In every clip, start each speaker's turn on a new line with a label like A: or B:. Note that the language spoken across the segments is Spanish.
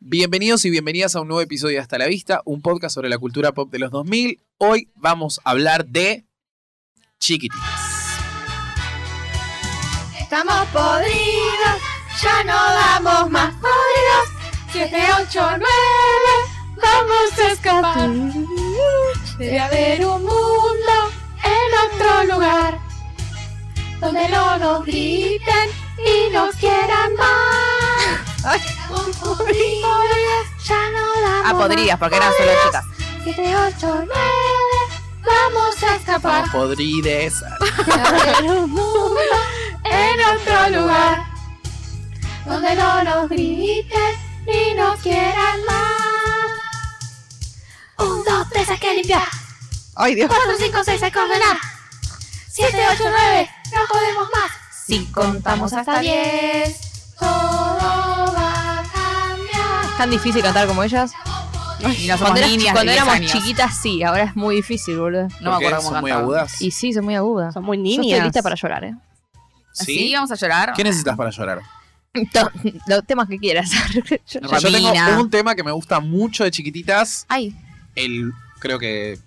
A: Bienvenidos y bienvenidas a un nuevo episodio de Hasta la Vista, un podcast sobre la cultura pop de los 2000. Hoy vamos a hablar de chiquititas.
B: Estamos podridos, ya no damos más podridos. 7, 8, 9, vamos a escapar. Debe haber un mundo en otro lugar donde no nos griten y nos quieran más.
C: Ay.
B: Estamos podridos, ya no damos
C: Ah, podrías, porque eran solo chicas.
B: 7, 8, 9, vamos a escapar.
A: Como podrides.
B: Haber un mundo en otro lugar donde no nos griten ni nos quieran más. Un, dos, tres, hay que limpiar.
C: Ay, Dios.
B: Cuatro, cinco, seis, hay que ordenar. Siete, ocho, nueve, no podemos más.
C: Si contamos hasta 10.
B: diez, todo va a
C: Es
B: cambiar.
C: tan difícil cantar como ellas.
D: Y no somos
C: Cuando, eras-
D: niñas de
C: cuando
D: 10
C: éramos
D: años.
C: chiquitas, sí. Ahora es muy difícil, boludo.
D: No me
A: Porque
D: acuerdo cómo
A: Son muy
D: cantaba.
A: agudas.
C: Y sí, son muy agudas.
E: Son muy
C: Yo
E: niñas.
C: estoy lista para llorar, ¿eh?
D: ¿Sí? vamos a llorar.
A: ¿Qué necesitas para llorar?
C: To- Los temas que quieras. Yo-
D: Ramina.
A: Yo tengo un tema que me gusta mucho de chiquititas.
C: Ay,
A: El, creo que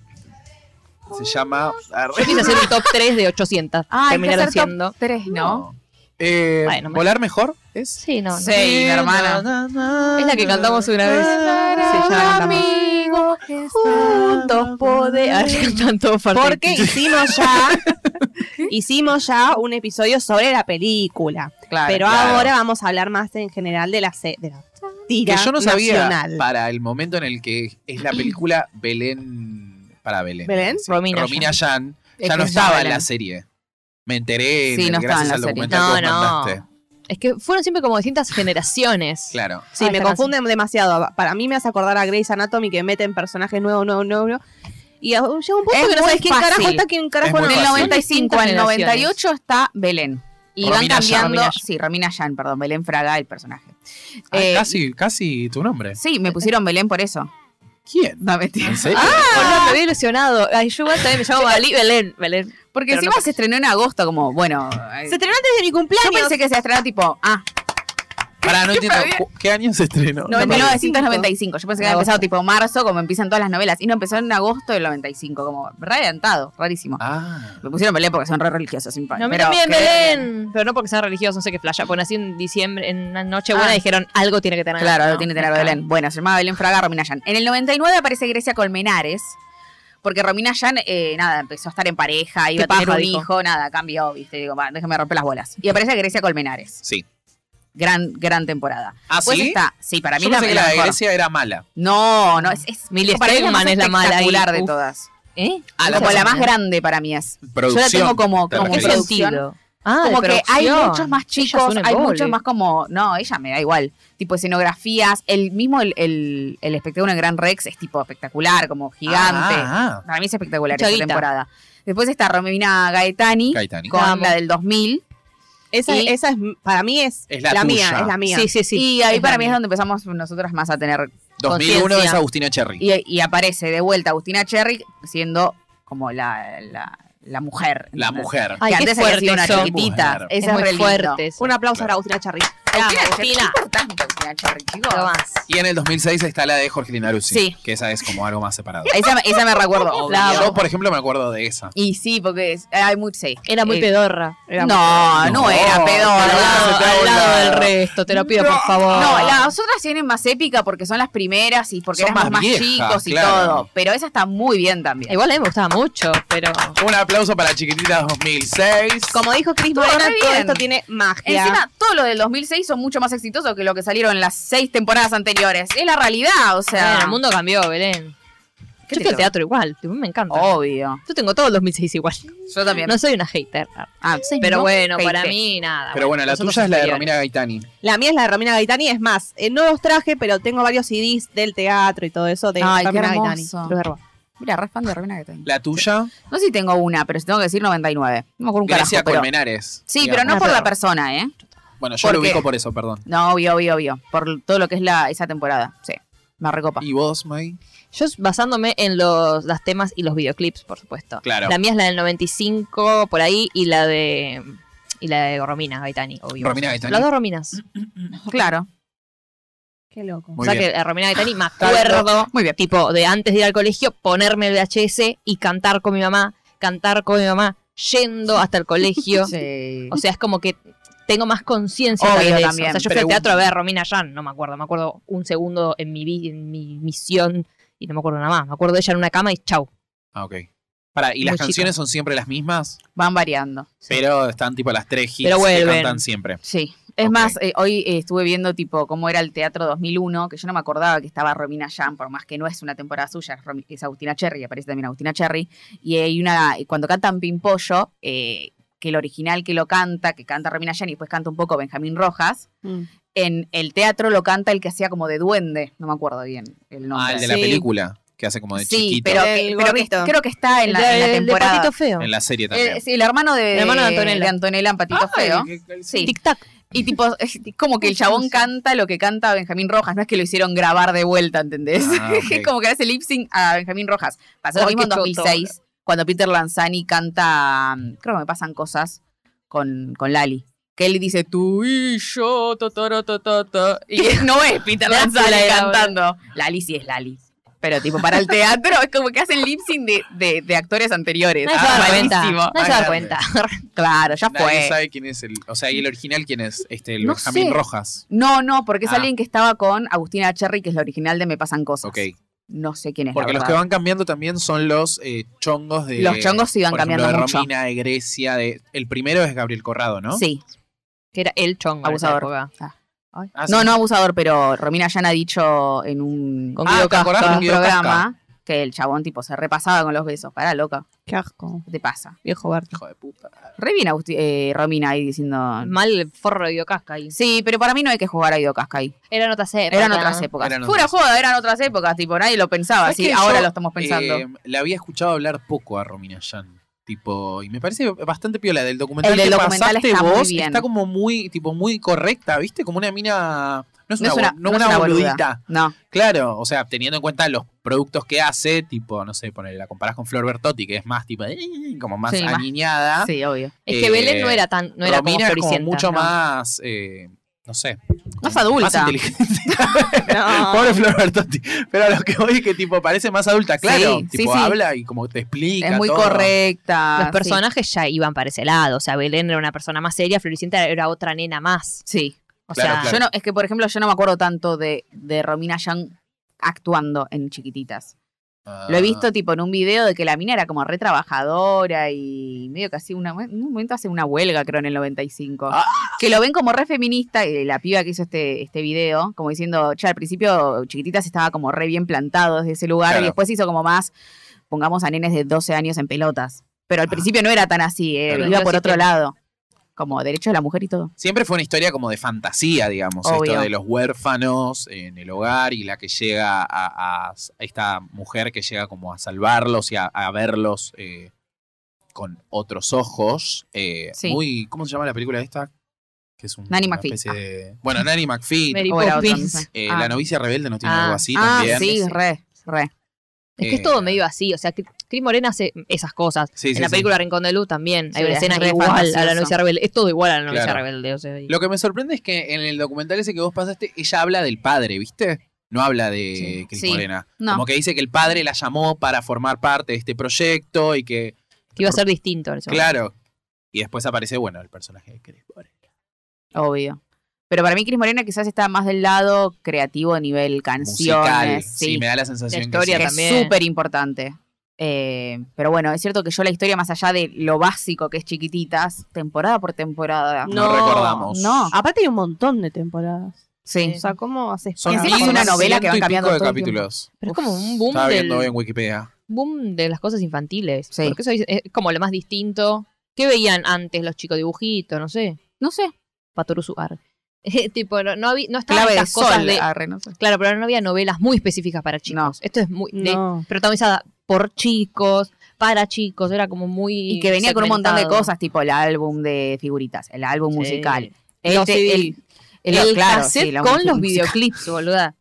A: se llama.
C: yo quise hacer un top 3 de 800.
D: Ah, hay que
C: terminaron
D: hacer top
C: siendo.
D: tres, ¿no?
A: Eh,
C: Ay, no me-
A: ¿Volar mejor? ¿Es?
C: Sí, no. no.
D: Sí, mi hermana.
C: Es la que cantamos una vez. Sí, ya la cantamos.
B: Amigos,
D: Uh.
C: Juntos podemos. Tanto
E: Porque hicimos ya, hicimos ya un episodio sobre la película.
D: Claro.
E: pero
A: claro.
E: ahora vamos a hablar más en general de la, se- de la
A: Que
E: tira
A: yo no sabía
E: nacional.
A: para el momento en el que es la película Belén. Para Belén.
E: ¿Belén?
A: Sí,
C: Romina
A: Romina Yan.
C: Es
A: Ya
C: que
A: no
C: se
A: estaba
C: llama
A: en la
C: Belén.
A: serie. Me enteré
D: Sí,
A: en-
D: no estaba
A: gracias
D: en la
A: al
D: serie.
A: documental que vos
C: No, no.
A: mandaste.
C: Es que fueron siempre como distintas generaciones.
A: Claro.
E: Sí,
C: Ay,
E: me
C: tenés
E: confunden demasiado. Para mí me hace acordar a Grey's Anatomy que meten personajes nuevos, nuevos, nuevos. Y a- llega un punto
D: Es
E: que no
D: muy
E: sabes quién
D: fácil.
E: carajo está, quién carajo
A: Es
E: no.
A: muy
D: Del
A: fácil.
D: 95 al
C: Distintas
D: 98 está Belén. Y
A: Romina
D: van
A: Yan,
D: cambiando.
C: Romina Yan.
D: sí, Romina Yan, perdón. Belén Fraga, el personaje.
A: Ah,
D: Eh,
A: casi, casi tu nombre.
D: Sí, me pusieron Belén por eso.
A: ¿Quién?
D: No, mentira.
A: ¿En serio?
C: Boludo, Ah, me había ilusionado. Ay, yo igual también me llamo Valí Belén. Belén.
D: Porque
C: Pero
D: encima
C: no-
D: se estrenó en agosto, como, bueno. eh,
E: Se estrenó antes de mi
D: yo
E: cumpleaños.
D: pensé que se estrenó tipo, ah,
A: Pará, no entiendo. ¿cu- ¿Qué año se estrenó?
E: No,
A: No,
E: no,
D: 1995. Yo pensé que había
C: Agosto.
D: empezado tipo marzo, como empiezan todas las novelas. Y no, empezó en agosto del 95, como re adelantado, rarísimo.
A: Ah.
D: Me pusieron Belén porque son re religiosos. sin pan.
C: No me
D: Pero
C: cambien
D: que-
C: Belén. Pero no porque sean religiosos, no sé qué playa. Porque nací en diciembre, en una noche buena,
D: Ah.
C: dijeron algo tiene que tener.
D: Claro,
C: algo
D: lo tiene que tener Belén. Bueno, se llamaba Belén Fraga Romina Yan. En el 99 aparece Grecia Colmenares, porque Romina Yan, eh, nada, empezó a estar en pareja, iba a tener
C: paja,
D: un
C: dijo.
D: hijo, nada, cambió, viste, digo, va, déjame romper las bolas. Y aparece Grecia Colmenares.
A: Sí.
D: Gran, gran temporada.
A: ¿Ah,
D: Pues
A: sí?
D: está, sí, para mí
A: Yo
D: la,
A: pensé que la de
D: mejor.
A: Grecia era mala.
D: No, no, es, es
C: Millie
D: para mí
C: Steigman
D: más
C: es la mala ahí.
D: espectacular de
C: Uf.
D: todas.
C: ¿Eh?
A: Ah,
D: como la
C: Esa
D: más
C: es
D: grande para mí es.
A: Producción.
D: Yo la tengo como,
A: ¿te
D: como
C: ¿En qué
A: referís?
D: producción.
C: sentido? Ah, de
D: como que hay
C: producción.
D: muchos más
C: Ella es
D: chicos,
C: un
D: hay
C: embole.
D: muchos más como, no, ella me da igual, tipo escenografías, el mismo el, el, el espectáculo en Gran Rex es tipo espectacular, como gigante.
A: Ah, ah.
D: Para mí es espectacular
C: Mucha
D: esa
C: guita.
D: temporada. Después está Romina Gaetani
A: Gaetani.
D: con
C: Amo.
D: la del 2000
E: Esa,
D: Y-
E: esa es, para mí es,
A: Es la
E: mía,
A: tuya.
E: es la mía.
C: Sí, sí, sí.
D: y ahí
C: Es
D: para
C: la
D: mí es
C: mía.
D: donde empezamos nosotras más a tener
A: 2001 es
C: Conciencia.
A: Agustina Cherry.
D: y, y aparece de vuelta Agustina Cherry siendo como la, la, la mujer.
A: La
D: ¿entendés?
A: mujer.
C: Ay,
D: que
C: qué
D: antes había sido
C: fuerte
D: una
C: eso.
D: chiquitita.
A: Mujer.
C: Es
D: Esa es,
C: muy
D: re lindo.
C: fuerte eso.
E: Un aplauso
A: Claro.
E: para Agustina Charri.
C: Te amo,
D: Agustina Cherry,
C: Agustina.
D: qué importante Agustina Cherry, chicos.
C: Lo más.
A: Y en el 2006 está la de Jorgelina Naruzzi.
D: Sí.
A: Que esa es como algo más separado.
D: Esa, esa me recuerdo. obvio.
C: La amo.
A: Yo, por ejemplo, me acuerdo de esa.
D: Y sí, porque es- hay mucho. Sí.
C: Era muy
D: Eh,
C: pedorra.
E: Era
D: No, no,
A: No,
D: era
C: al
A: no,
C: lado,
A: se te
D: pedorra.
A: ha
C: al lado
A: volado.
C: del resto, te lo pido por favor.
D: No, las otras tienen más épica porque son las primeras y porque
A: Son
D: éramos
A: más
D: más
A: viejas,
D: chicos y
A: claro.
D: todo. Pero esa está muy bien también.
C: Igual a mí me gustaba mucho, pero.
A: Un aplauso para Chiquitita 2006.
E: Como dijo Cris
D: Estuvo
E: Morena,
D: re
E: todo
D: bien.
E: esto tiene magia.
D: Encima, todo lo del 2006 son mucho más exitosos que lo que salieron las seis temporadas anteriores. Es la realidad, o sea.
C: Bueno, el mundo cambió, Belén.
D: ¿Qué
C: Yo fui
D: te
C: al
D: digo? Oh,
C: teatro igual, tipo, me encanta.
D: Obvio.
C: Yo tengo todos los 2006 igual.
D: Yo también.
C: No soy una hater.
D: Ah,
C: Pero
D: no
C: bueno, para
D: hatees.
C: mí nada.
A: Pero bueno, la
C: nosotros
A: tuya es la de
C: Ah, superiores.
A: Romina Gaetani.
E: La mía es la de Romina Gaetani, es más, eh, no los traje, pero tengo varios CDs del teatro y todo eso de
D: Ay, qué
E: Romina
D: hermoso.
E: Gaetani.
D: Mira, re fan de Romina que tengo.
A: La tuya,
D: No sé si tengo una, pero si tengo que decir 99. No me acuerdo un
A: Grecia
D: carajo, pero-
A: Colmenares.
D: Sí,
A: digamos.
D: pero no
E: Ah,
D: por la
E: perro.
D: persona, ¿eh?
A: Bueno, yo lo
D: porque-
A: ubico por eso, perdón.
D: No, obvio, obvio, obvio. Por todo lo que es la esa temporada. Sí. Me recopa.
A: ¿Y vos, May?
C: Yo basándome en los las temas y los videoclips, por supuesto.
A: Claro.
C: La mía es la del 95 por ahí y la de y la de Romina Gaetani, obvio.
A: Romina Gaetani.
C: Las dos Rominas.
D: Claro.
E: Qué loco.
A: Muy
C: o sea
A: bien.
C: que a Romina Gaetani me
A: Tal-
C: acuerdo,
D: Muy bien.
C: tipo, de antes de ir al colegio, ponerme el VHS y cantar con mi mamá, cantar con mi mamá, yendo hasta el colegio.
D: Sí.
C: O sea, es como que tengo más conciencia
D: Obvio
C: tal vez, de eso.
D: también.
C: O sea, yo fui al
A: Pregun-
C: teatro a ver a Romina Yan, no me acuerdo, me acuerdo un segundo en mi, vi- en mi misión y no me acuerdo nada más. Me acuerdo de ella en una cama y chau.
A: Ah, ok. Pará, ¿y las
C: Muy chica.
A: canciones son siempre las mismas?
D: Van variando.
A: Pero están tipo las tres hits
C: Pero
A: que
C: vuelven.
A: cantan siempre.
D: Sí. Es
A: Ok.
D: más, eh, hoy eh, estuve viendo tipo cómo era el teatro 2001, que yo no me acordaba que estaba Romina Yan, por más que no es una temporada suya, es, Romi- es Agustina Cherry, aparece también Agustina Cherry. Y hay una, y cuando cantan Pimpollo, eh, que el original que lo canta, que canta Romina Yan y después canta un poco Benjamín Rojas,
E: Mm.
D: en el teatro lo canta el que hacía como de duende, no me acuerdo bien el nombre.
A: Ah, el de la
E: Sí.
A: película, que hace como de
D: sí,
A: chiquito.
D: pero, que,
E: El
D: pero que-
E: gordito.
D: creo que está en la, en la
C: El de- el de
D: temporada.
C: Patito Feo.
A: En la serie
D: Eh,
A: también.
D: sí, el hermano de,
C: El hermano de Antonella.
D: Antonella en Patito Feo. Sí.
C: Tic Tac.
D: Y tipo, es como que el chabón canta lo que canta Benjamín Rojas, no es que lo hicieron grabar de vuelta, ¿entendés?
A: Ah, ok.
D: Es como que hace lip sync a Benjamín Rojas. Pasó lo
C: Ay,
D: mismo en
C: qué choto.
D: 2006, cuando Peter Lanzani canta, mm, creo que me pasan cosas con, con Lali. Que él dice tú y yo, totoro, totota. Y no es Peter Lanzani
C: Lali era,
D: cantando. Lali sí es Lali. Pero tipo, para el teatro es como que hacen lip sync de, de- de actores anteriores.
C: Nadie se va a dar cuenta.
D: malísimo.
C: Nadie se va a dar
A: Ah,
C: cuenta.
D: Claro, ya
A: Nadie
D: fue.
A: sabe quién es el. O sea, ¿y el original quién es? Este, el
D: No
A: Benjamín
D: sé.
A: Rojas.
D: No, no, porque es
A: Ah.
D: alguien que estaba con Agustina Cherry, que es la original de Me Pasan Cosas.
A: Ok.
D: No sé quién es.
A: Porque
D: la
A: los que
D: verdad.
A: van cambiando también son los eh, chongos de.
D: Los chongos sí van
A: por ejemplo,
D: cambiando
A: de
D: mucho.
A: Romina, de Grecia. De, el primero es Gabriel Corrado, ¿no?
D: Sí.
C: Que era el chongo. en esa
D: Abusador.
C: época.
A: Ah, sí.
D: No, no abusador, pero Romina Yan ha dicho en un,
C: Con
D: Ah,
C: Guido
D: ¿te acordás
A: Casca?
D: en un
A: Con Guido
D: programa que el chabón tipo se repasaba con los besos. Pará, loca,
E: Qué asco.
D: ¿qué te pasa?
E: Viejo Berto.
A: Hijo de puta.
D: Re bien Agusti- eh, Romina ahí diciendo...
C: Mal forro de Casca ahí.
D: Sí, pero para mí no hay que jugar a Ido Casca ahí.
C: Eran otras épocas.
D: Eran otras épocas.
A: Eran
D: Fue una
A: otras.
D: joda, eran otras épocas, tipo, nadie lo pensaba,
A: ¿Sabes
D: Ah, sí,
A: qué?
D: ahora
A: Yo,
D: lo estamos pensando.
A: Eh, la había escuchado hablar poco a Romina Yan. Tipo, y me parece bastante piola. Del documental
D: El del
A: que
D: documental
A: pasaste
D: está muy
A: vos,
D: bien.
A: está como muy, tipo, muy correcta, ¿viste? Como una mina. No es
D: no
A: una,
D: es una,
A: no
D: no es
A: una
D: una boluda.
A: boludita.
D: No,
A: Claro, o sea, teniendo en cuenta los productos que hace, tipo, no sé, ponele, la comparás con Flor Bertotti, que es más tipo, eh, como más
D: Sí, más-
A: aniñada.
D: sí, obvio.
C: Es que
A: Eh,
C: Belén no era tan. No era como
A: Romina es como
C: Floricienta,
A: mucho
C: no.
A: más, eh, no sé. como
D: Más adulta.
A: Más inteligente.
E: No.
A: Pobre Flor Bertotti. Pero a lo que voy es que, tipo, parece más adulta, claro.
D: Sí, sí,
A: tipo,
D: sí.
A: habla y como te explica
D: Es muy
A: todo.
D: correcta.
C: Los
D: sí.
C: personajes ya iban para ese lado. O sea, Belén era una persona más seria, Floricienta era otra nena más.
D: Sí.
C: O
A: Claro,
C: sea,
A: claro.
D: Yo no, es que, por ejemplo, yo no me acuerdo tanto de, de Romina Yan actuando en chiquititas.
A: Ah,
D: Lo he visto tipo en un video de que la mina era como re trabajadora y medio que hacía una. En un momento hace una huelga, creo, en el 95.
A: Ah.
D: Que lo ven como re feminista, y la piba que hizo este, este video, como diciendo, che, al principio chiquititas estaba como re bien plantado desde ese lugar
A: Claro.
D: y después hizo como más, pongamos a nenes de 12 años en pelotas. Pero al principio no era tan así, eh,
A: Ah. Claro.
D: iba por
C: Pero sí
D: otro
C: que-
D: lado. Como derecho de la mujer y todo.
A: Siempre fue una historia como de fantasía, digamos, esto
D: Obvio.
A: de los huérfanos en el hogar y la que llega a, a esta mujer que llega como a salvarlos y a, a verlos eh, con otros ojos. eh,
D: Sí.
A: Muy, ¿cómo se llama la película esta? Que es un-
D: Nanny
A: una
D: McPhee.
A: especie de- bueno, Nanny McPhee.
C: Mary
D: O era otra,
C: Poppins.
D: no sé.
A: eh,
D: Ah.
A: La novicia rebelde no tiene
C: Ah.
A: algo así
D: ah,
A: también.
D: sí, re, re.
C: Es que
A: Eh,
C: es todo medio así. O sea, Cri- Cris Morena hace esas cosas.
A: Sí, sí,
C: en la
A: sí.
C: película Rincón de Luz también.
D: Sí,
C: hay una
D: es
C: escena
D: re
C: igual a la
D: fantasioso.
C: novicia rebelde. Es todo igual a la novicia
A: Claro.
C: rebelde. O sea, y-
A: Lo que me sorprende es que en el documental ese que vos pasaste, ella habla del padre, ¿viste? No habla de
D: Sí.
A: Cris
D: Sí.
A: Morena.
D: No.
A: Como que dice que el padre la llamó para formar parte de este proyecto y que,
C: que iba a ser distinto. en ese momento.
A: claro. Y después aparece, bueno, el personaje de Cris Morena.
D: Obvio. Pero para mí Cris Morena quizás está más del lado creativo a nivel
A: Musical.
D: canciones.
A: Sí.
D: Sí,
A: me da la sensación
C: La historia
A: que
D: que
A: sí.
D: es
C: también.
D: súper importante. Eh, pero bueno, es cierto que yo la historia, más allá de lo básico que es chiquititas, temporada por temporada.
E: No.
A: No, recordamos. Ah,
D: No.
E: Aparte hay un montón de temporadas.
D: Sí.
E: O sea, ¿cómo haces?
A: Son
E: para-
D: Encima es una
A: más
D: novela que van
A: ciento y
D: cambiando
A: pico de
D: todo el tiempo.
A: capítulos.
C: Pero es
D: Uf,
C: como un boom
A: Estaba
C: del,
A: viendo hoy en Wikipedia.
C: boom de las cosas infantiles.
D: Sí.
C: Porque eso es, es como lo más distinto. ¿Qué veían antes los chicos dibujitos? No sé.
D: No sé.
C: Patorusu Ar. Eh, tipo, no, no, había- no estaban
D: Clave de
C: estas cosas
D: sol.
C: de.
D: arre, no sé.
C: Claro, pero no había novelas muy específicas para chicos. Esto es muy. de-
E: No.
C: protagonizada por chicos, para chicos, era como muy.
D: Y que venía con un montón de
C: segmentado.
D: cosas, tipo el álbum de figuritas, el álbum
C: Sí.
D: musical.
C: Los
D: Este, el,
C: CD. El,
D: el- claro,
C: cassette
D: sí, la
C: con
D: música
C: los
D: musical.
C: videoclips, boluda.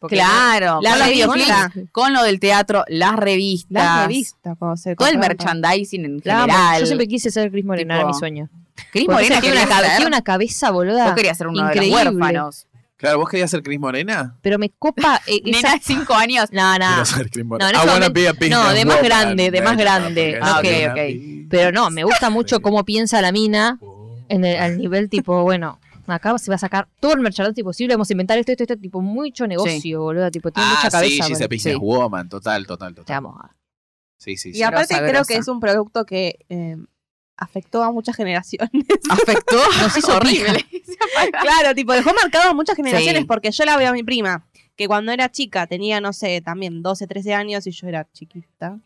C: Porque
D: Claro,
C: La
D: con los
C: revista.
D: videoclips, con lo del teatro, las revistas,
E: Las revistas, cuando se
D: todo el
E: compraban para-
D: merchandising en
C: la- la amo.
D: general.
C: Yo siempre quise ser Cris Morena, era
D: Tipo,
C: mi sueño.
D: Cris
C: Porque
D: Morena
C: tiene una,
D: quería
C: cabe-
D: ser-
C: tiene una cabeza, boluda.
D: Yo quería ser uno de
C: Increíble.
D: los huérfanos.
A: Claro, ¿vos querías ser Cris Morena?
C: Pero me copa eh,
D: Nena
C: esa...
D: de 5 años.
C: No, no.
A: Quiero ser Cris
C: No,
A: Morena. Ah,
C: en ese
A: I wanna
C: momento-
A: be a big
C: no,
A: man
C: de más
A: woman.
C: grande, de más grande.
A: Ah,
D: Ok,
A: ok,
D: ok.
C: Pero no, me gusta mucho cómo piensa la mina en el, al nivel tipo, bueno, acá se va a sacar todo el merchandising posible, vamos a inventar esto, esto, esto, tipo, mucho negocio,
D: Sí.
C: boludo, tipo, tiene
A: Ah, sí,
C: mucha cabeza.
A: she's a
C: boludo.
A: business woman, total, total,
C: Te
A: total.
C: amo.
A: Sí, sí,
E: Y
A: sí.
E: aparte
D: Grosa,
E: creo
D: grosa.
E: que es un producto que eh, afectó a muchas generaciones.
D: Afectó.
C: Nos hizo
D: horrible.
E: claro, tipo, dejó marcado a muchas generaciones
D: Sí.
E: porque yo la veo a mi prima, que cuando era chica tenía, no sé, también 12, 13 años y yo era chiquita,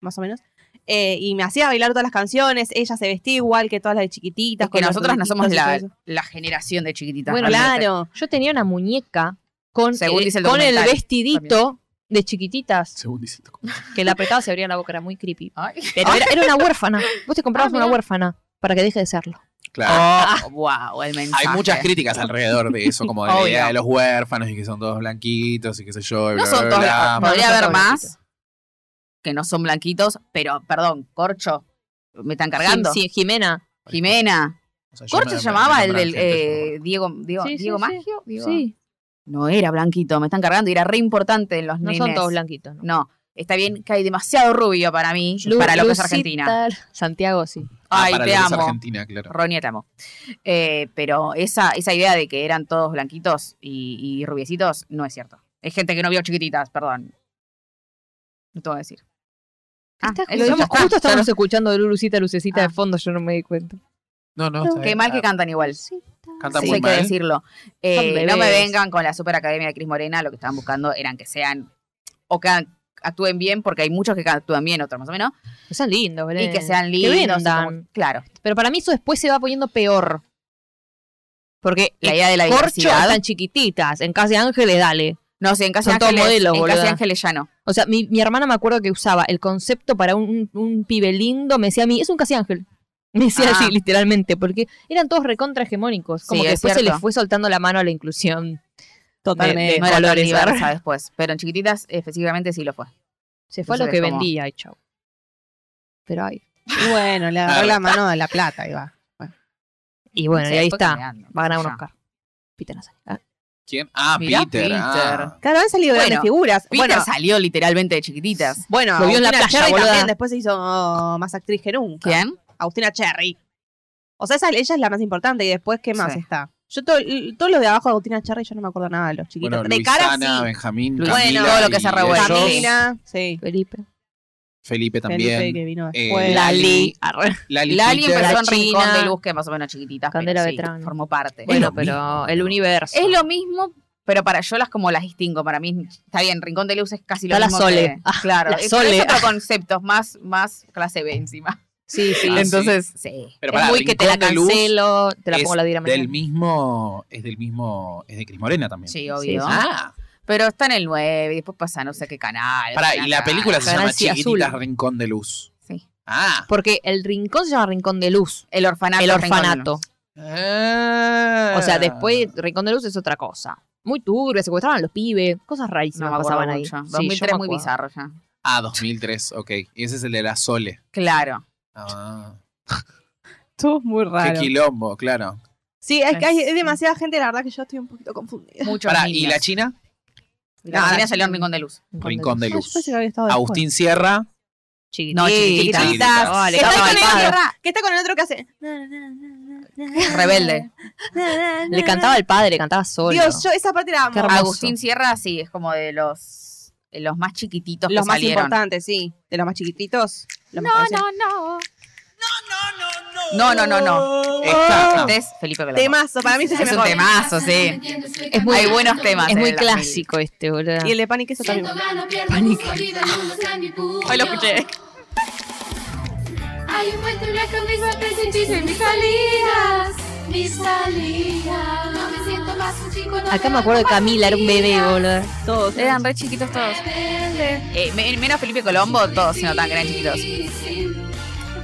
E: más o menos. eh, y me hacía bailar todas las canciones, ella se vestía igual que todas las de chiquititas.
D: Es que
E: con los
D: nosotras no somos
E: rulitos y
D: la, eh,
E: todo eso.
D: la generación de chiquititas.
C: Bueno,
D: realmente.
E: Claro.
C: Yo tenía una muñeca con,
D: Según
C: eh,
D: dice el
C: con el
D: documental,
C: vestidito de chiquititas
A: Según dice el documental.
C: que la apretaba se abría la boca, era muy creepy.
D: Ay.
C: Pero era, era una huérfana. Vos te comprabas
B: Ah,
C: una
B: mirá.
C: huérfana para que deje de serlo.
A: Claro.
D: Oh, wow, el mensaje.
A: Hay muchas críticas alrededor de eso, como de la
D: Obvio.
A: idea de los huérfanos y que son todos blanquitos y qué sé yo. y
D: No
A: bla,
D: son
A: bla,
D: todos
A: bla.
D: blancos. Podría
C: No, no son
D: haber
C: todos
D: más que no son blanquitos, pero perdón, Corcho, me están cargando.
C: Sí, sí, Jimena.
D: Jimena.
A: O sea, yo
D: Corcho
A: me-
D: se llamaba
A: me
D: el del
A: nombran gente,
D: eh, Diego, Diego,
C: Sí, sí,
D: Diego
C: sí.
D: Maggio. Diego-
C: Sí,
D: No era blanquito, me están cargando. y Era re importante en los
C: no
D: nenes.
C: son todos blanquitos. ¿no?
D: No, está bien que hay demasiado rubio para mí,
C: Lu-
D: para lo que es
C: Lucita
D: Argentina.
C: Santiago, sí.
A: Ah,
D: Ay,
A: para
D: te
A: lo que es
D: amo.
A: Argentina, claro.
D: Ronnie, te amo. Eh, pero esa, esa idea de que eran todos blanquitos y, y rubiecitos no es cierto. Hay gente que no vio chiquititas, perdón. No te voy a decir. Ah,
C: Está-
D: eso ya
C: estamos-
D: está.
C: justo estamos escuchando de Lulucita, Lucecita de
D: Ah.
C: fondo, yo no me di cuenta.
A: No, no, está
D: Qué
A: bien.
D: mal que cantan igual.
A: Canta
D: Sí,
A: muy
D: hay que
A: mal.
D: decirlo. Eh,
C: Son
D: no me
C: bebés.
D: vengan con la superacademia de Cris Morena, lo que estaban buscando eran que sean o que actúen bien, porque hay muchos que actúan bien, otros más o menos,
C: Que sean lindos, Belén.
D: y que sean lindos. y
C: Eh, vendan.
D: como- claro,
C: Pero para mí eso después se va poniendo peor. Porque
D: la idea de la
C: corcho
D: diversidad.
C: tan chiquititas, en Casa de Ángeles, dale.
D: No sé, en Casi
C: Son todos
D: Ángeles,
C: modelos,
D: en Casi
C: boluda.
D: Ángeles ya no.
C: O sea, mi, mi hermana me acuerdo que usaba el concepto para un, un pibe lindo, me decía a mí, es un casi ángel. Me decía
D: Ah.
C: así, literalmente, porque eran todos recontra hegemónicos. Como
D: Sí,
C: que
D: es
C: después se
D: cierto.
C: les fue soltando la mano a la inclusión.
E: Totalmente.
C: de
D: no era tan
C: colores,
D: diversa
C: ¿verdad?
D: después, pero en chiquititas específicamente sí lo fue.
C: Se fue a
D: Eso
C: lo
D: es
C: que
D: como-
C: vendía y chau. Pero ay.
E: Bueno, le agarró la mano de la plata, ahí va.
C: Y bueno,
D: Sí,
C: y ahí
D: después
C: está.
D: cambiando,
C: Va a ganar un
D: ya.
C: Oscar. Peter Nassar. Ah,
A: ¿Quién? Ah,
D: Mirá,
A: Peter.
D: Peter.
A: ah.
E: Claro, han salido
D: Bueno,
E: grandes figuras.
D: Peter
E: bueno,
D: salió literalmente de chiquititas.
E: bueno,
C: Lo vio en la
E: Agustina
C: playa,
E: Cherry
C: boluda.
E: también después se hizo oh, más actriz que nunca.
D: ¿Quién?
E: Agustina Cherry. O sea, esa- ella es la más importante y después, ¿qué más
D: Sí.
E: está? Yo todo, todo lo de abajo de Agustina Cherry, yo no me acuerdo nada de los chiquitos.
A: Bueno,
E: de cara
A: Luisana,
E: sí.
A: Benjamín,
D: Luis-
A: Camila
D: Bueno, todo lo que
A: y
D: se revuelve.
A: ellos.
E: Camila, sí.
C: Felipe.
A: Felipe
E: Felipe que
A: también.
E: vino
A: Eh,
E: después.
A: la- Lali.
C: Arre.
A: Lali,
D: Lali
A: Peter.
D: empezó en
C: la China.
D: Rincón de Luz, que es más o menos chiquititas. pero
C: Candela
D: sí,
C: Beltrán.
D: Formó parte.
C: Bueno,
A: lo mismo.
C: pero el universo.
D: Es lo mismo, pero para yo las como las distingo. Para mí está bien, Rincón de Luz es casi lo
C: Está la
D: mismo.
C: Sole.
D: que-
C: Ah,
D: claro,
C: la
D: es,
C: Sole.
D: es otro concepto, más, más clase B encima.
C: Sí, sí.
A: Ah,
D: Entonces, sí.
A: Pero
C: es
A: pará,
C: muy que te la
A: Rincón de Luz
C: cancelo, te la
A: es
C: pongo la dira mañana.
A: Del mismo, es del mismo, es de Cris Morena también.
D: Sí, obvio.
A: Ah,
D: Pero está en el 9 y después pasa no sé qué canal.
A: pará,
D: otra
A: y la
D: cara.
A: película se
C: Canal
A: llama
C: sí, azul.
A: Chiquititas Rincón de Luz.
D: Sí.
A: Ah.
C: Porque el rincón se llama Rincón de Luz.
D: El orfanato.
C: El
D: Rincón de Luz.
C: orfanato.
A: Ah.
C: O sea, después Rincón de Luz es otra cosa. Muy turbia, secuestraban a los pibes, cosas
D: No
C: rarísimas
D: me acuerdo
C: pasaban ahí.
D: mucho.
C: Sí,
D: 2003
C: yo me
D: muy
C: acuerdo.
D: bizarro ya.
A: Ah, 2003, ok. Y ese es el de la Sole.
D: Claro.
A: Ah.
E: Estuvo muy
A: Qué quilombo, claro.
E: Sí, es que hay,
D: Es-
E: es demasiada gente, la verdad que yo estoy un poquito confundida.
D: Muchos
A: Pará,
D: niños.
A: ¿y la China?
D: La
E: No,
D: China
E: la
D: salió en Rincón de Luz.
A: Rincón de
E: Ah, yo
A: Luz.
E: pensé que había estado después.
A: Agustín Sierra.
C: Chiquitita.
D: No, chiquititas.
A: Chiquititas.
C: No, le
E: Está
C: cantaba
E: con
C: al
E: el
C: padre.
E: otro, que está con el otro que hace.
D: Rebelde.
C: Le cantaba al padre, cantaba solo.
E: Dios, yo esa parte la amo.
C: Qué hermoso.
D: Agustín Sierra, sí, es como de los, de los más chiquititos
E: Los
D: que
E: más
D: salieron.
E: importantes, sí. De los más chiquititos. los más
D: No,
E: conocidos.
D: no, no. No, no, no, no.
A: Esta.
D: Este es Felipe Colombo.
E: Temazo, para mí ese es el
D: Es un
E: mejor.
D: temazo, sí.
B: Es
C: muy-
D: Hay buenos temas.
C: Es
D: en
C: muy
D: el 2000.
C: clásico este, boludo.
E: Y el de pan y queso también.
B: Pánico.
D: Hoy lo escuché.
B: Hay un puente blanco en mis presentes en mis salidas. Mis salidas. No me siento más un chico. no
C: Acá me acuerdo de
B: hago
C: Camila, era un bebé, boludo.
E: Todos.
D: Eran re chiquitos todos.
B: más rebelde.
D: Eh, me- menos Felipe Colombo, todos se notan que eran chiquitos.
B: Difícil.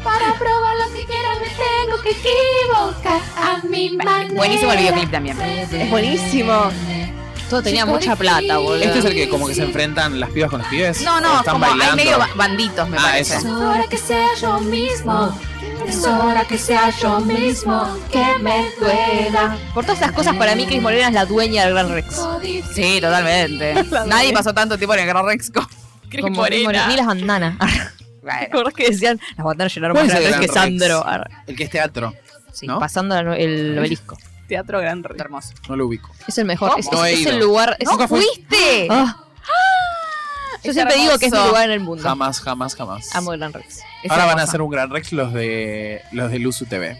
B: Para probar lo que quiero me tengo que equivocar a mi manera.
D: Buenísimo el videoclip también.
E: Es buenísimo.
C: Todo tenía
B: Chico
C: mucha plata, boludo.
A: Este es el que como que se enfrentan las pibas con los pibes.
D: No,
A: ¿O
D: no,
A: están
D: como hay
A: bailando.
D: medio ba- banditos, me
A: Ah,
D: parece.
A: eso.
B: Ahora que sea yo mismo, Es hora que sea yo mismo que me duela.
C: Por todas estas cosas, para mí, Cris Morena es la dueña del Gran Rex.
D: Sí, totalmente. Nadie pasó tanto tiempo en el Gran Rex con Cris
C: Como Cris ¿eh?
D: Morena.
C: Morena. Ni las bandanas. ¿Te
D: Bueno,
C: acordás que decían? Las bandanas llenaron más
A: ¿Cuál es el
C: Gran Rex que
A: Gran Rex?
C: Sandro. Arre.
A: El que es teatro,
C: Sí,
A: ¿No?
C: pasando la- el obelisco.
E: Teatro Gran Rey.
D: hermoso.
A: no lo ubico.
C: Es el mejor.
D: ¿Cómo?
C: Es,
A: No he
C: es
A: ido.
C: el lugar. es-
D: ¿Nunca fuiste?
C: Ah. Yo
D: Es
C: siempre digo que es mi
D: hermoso.
C: lugar en el mundo.
A: Jamás, jamás, jamás.
C: Amo el Gran Rex.
D: Es
A: Ahora van a
D: hermoso.
A: hacer un gran Rex los de los de Luzu TV.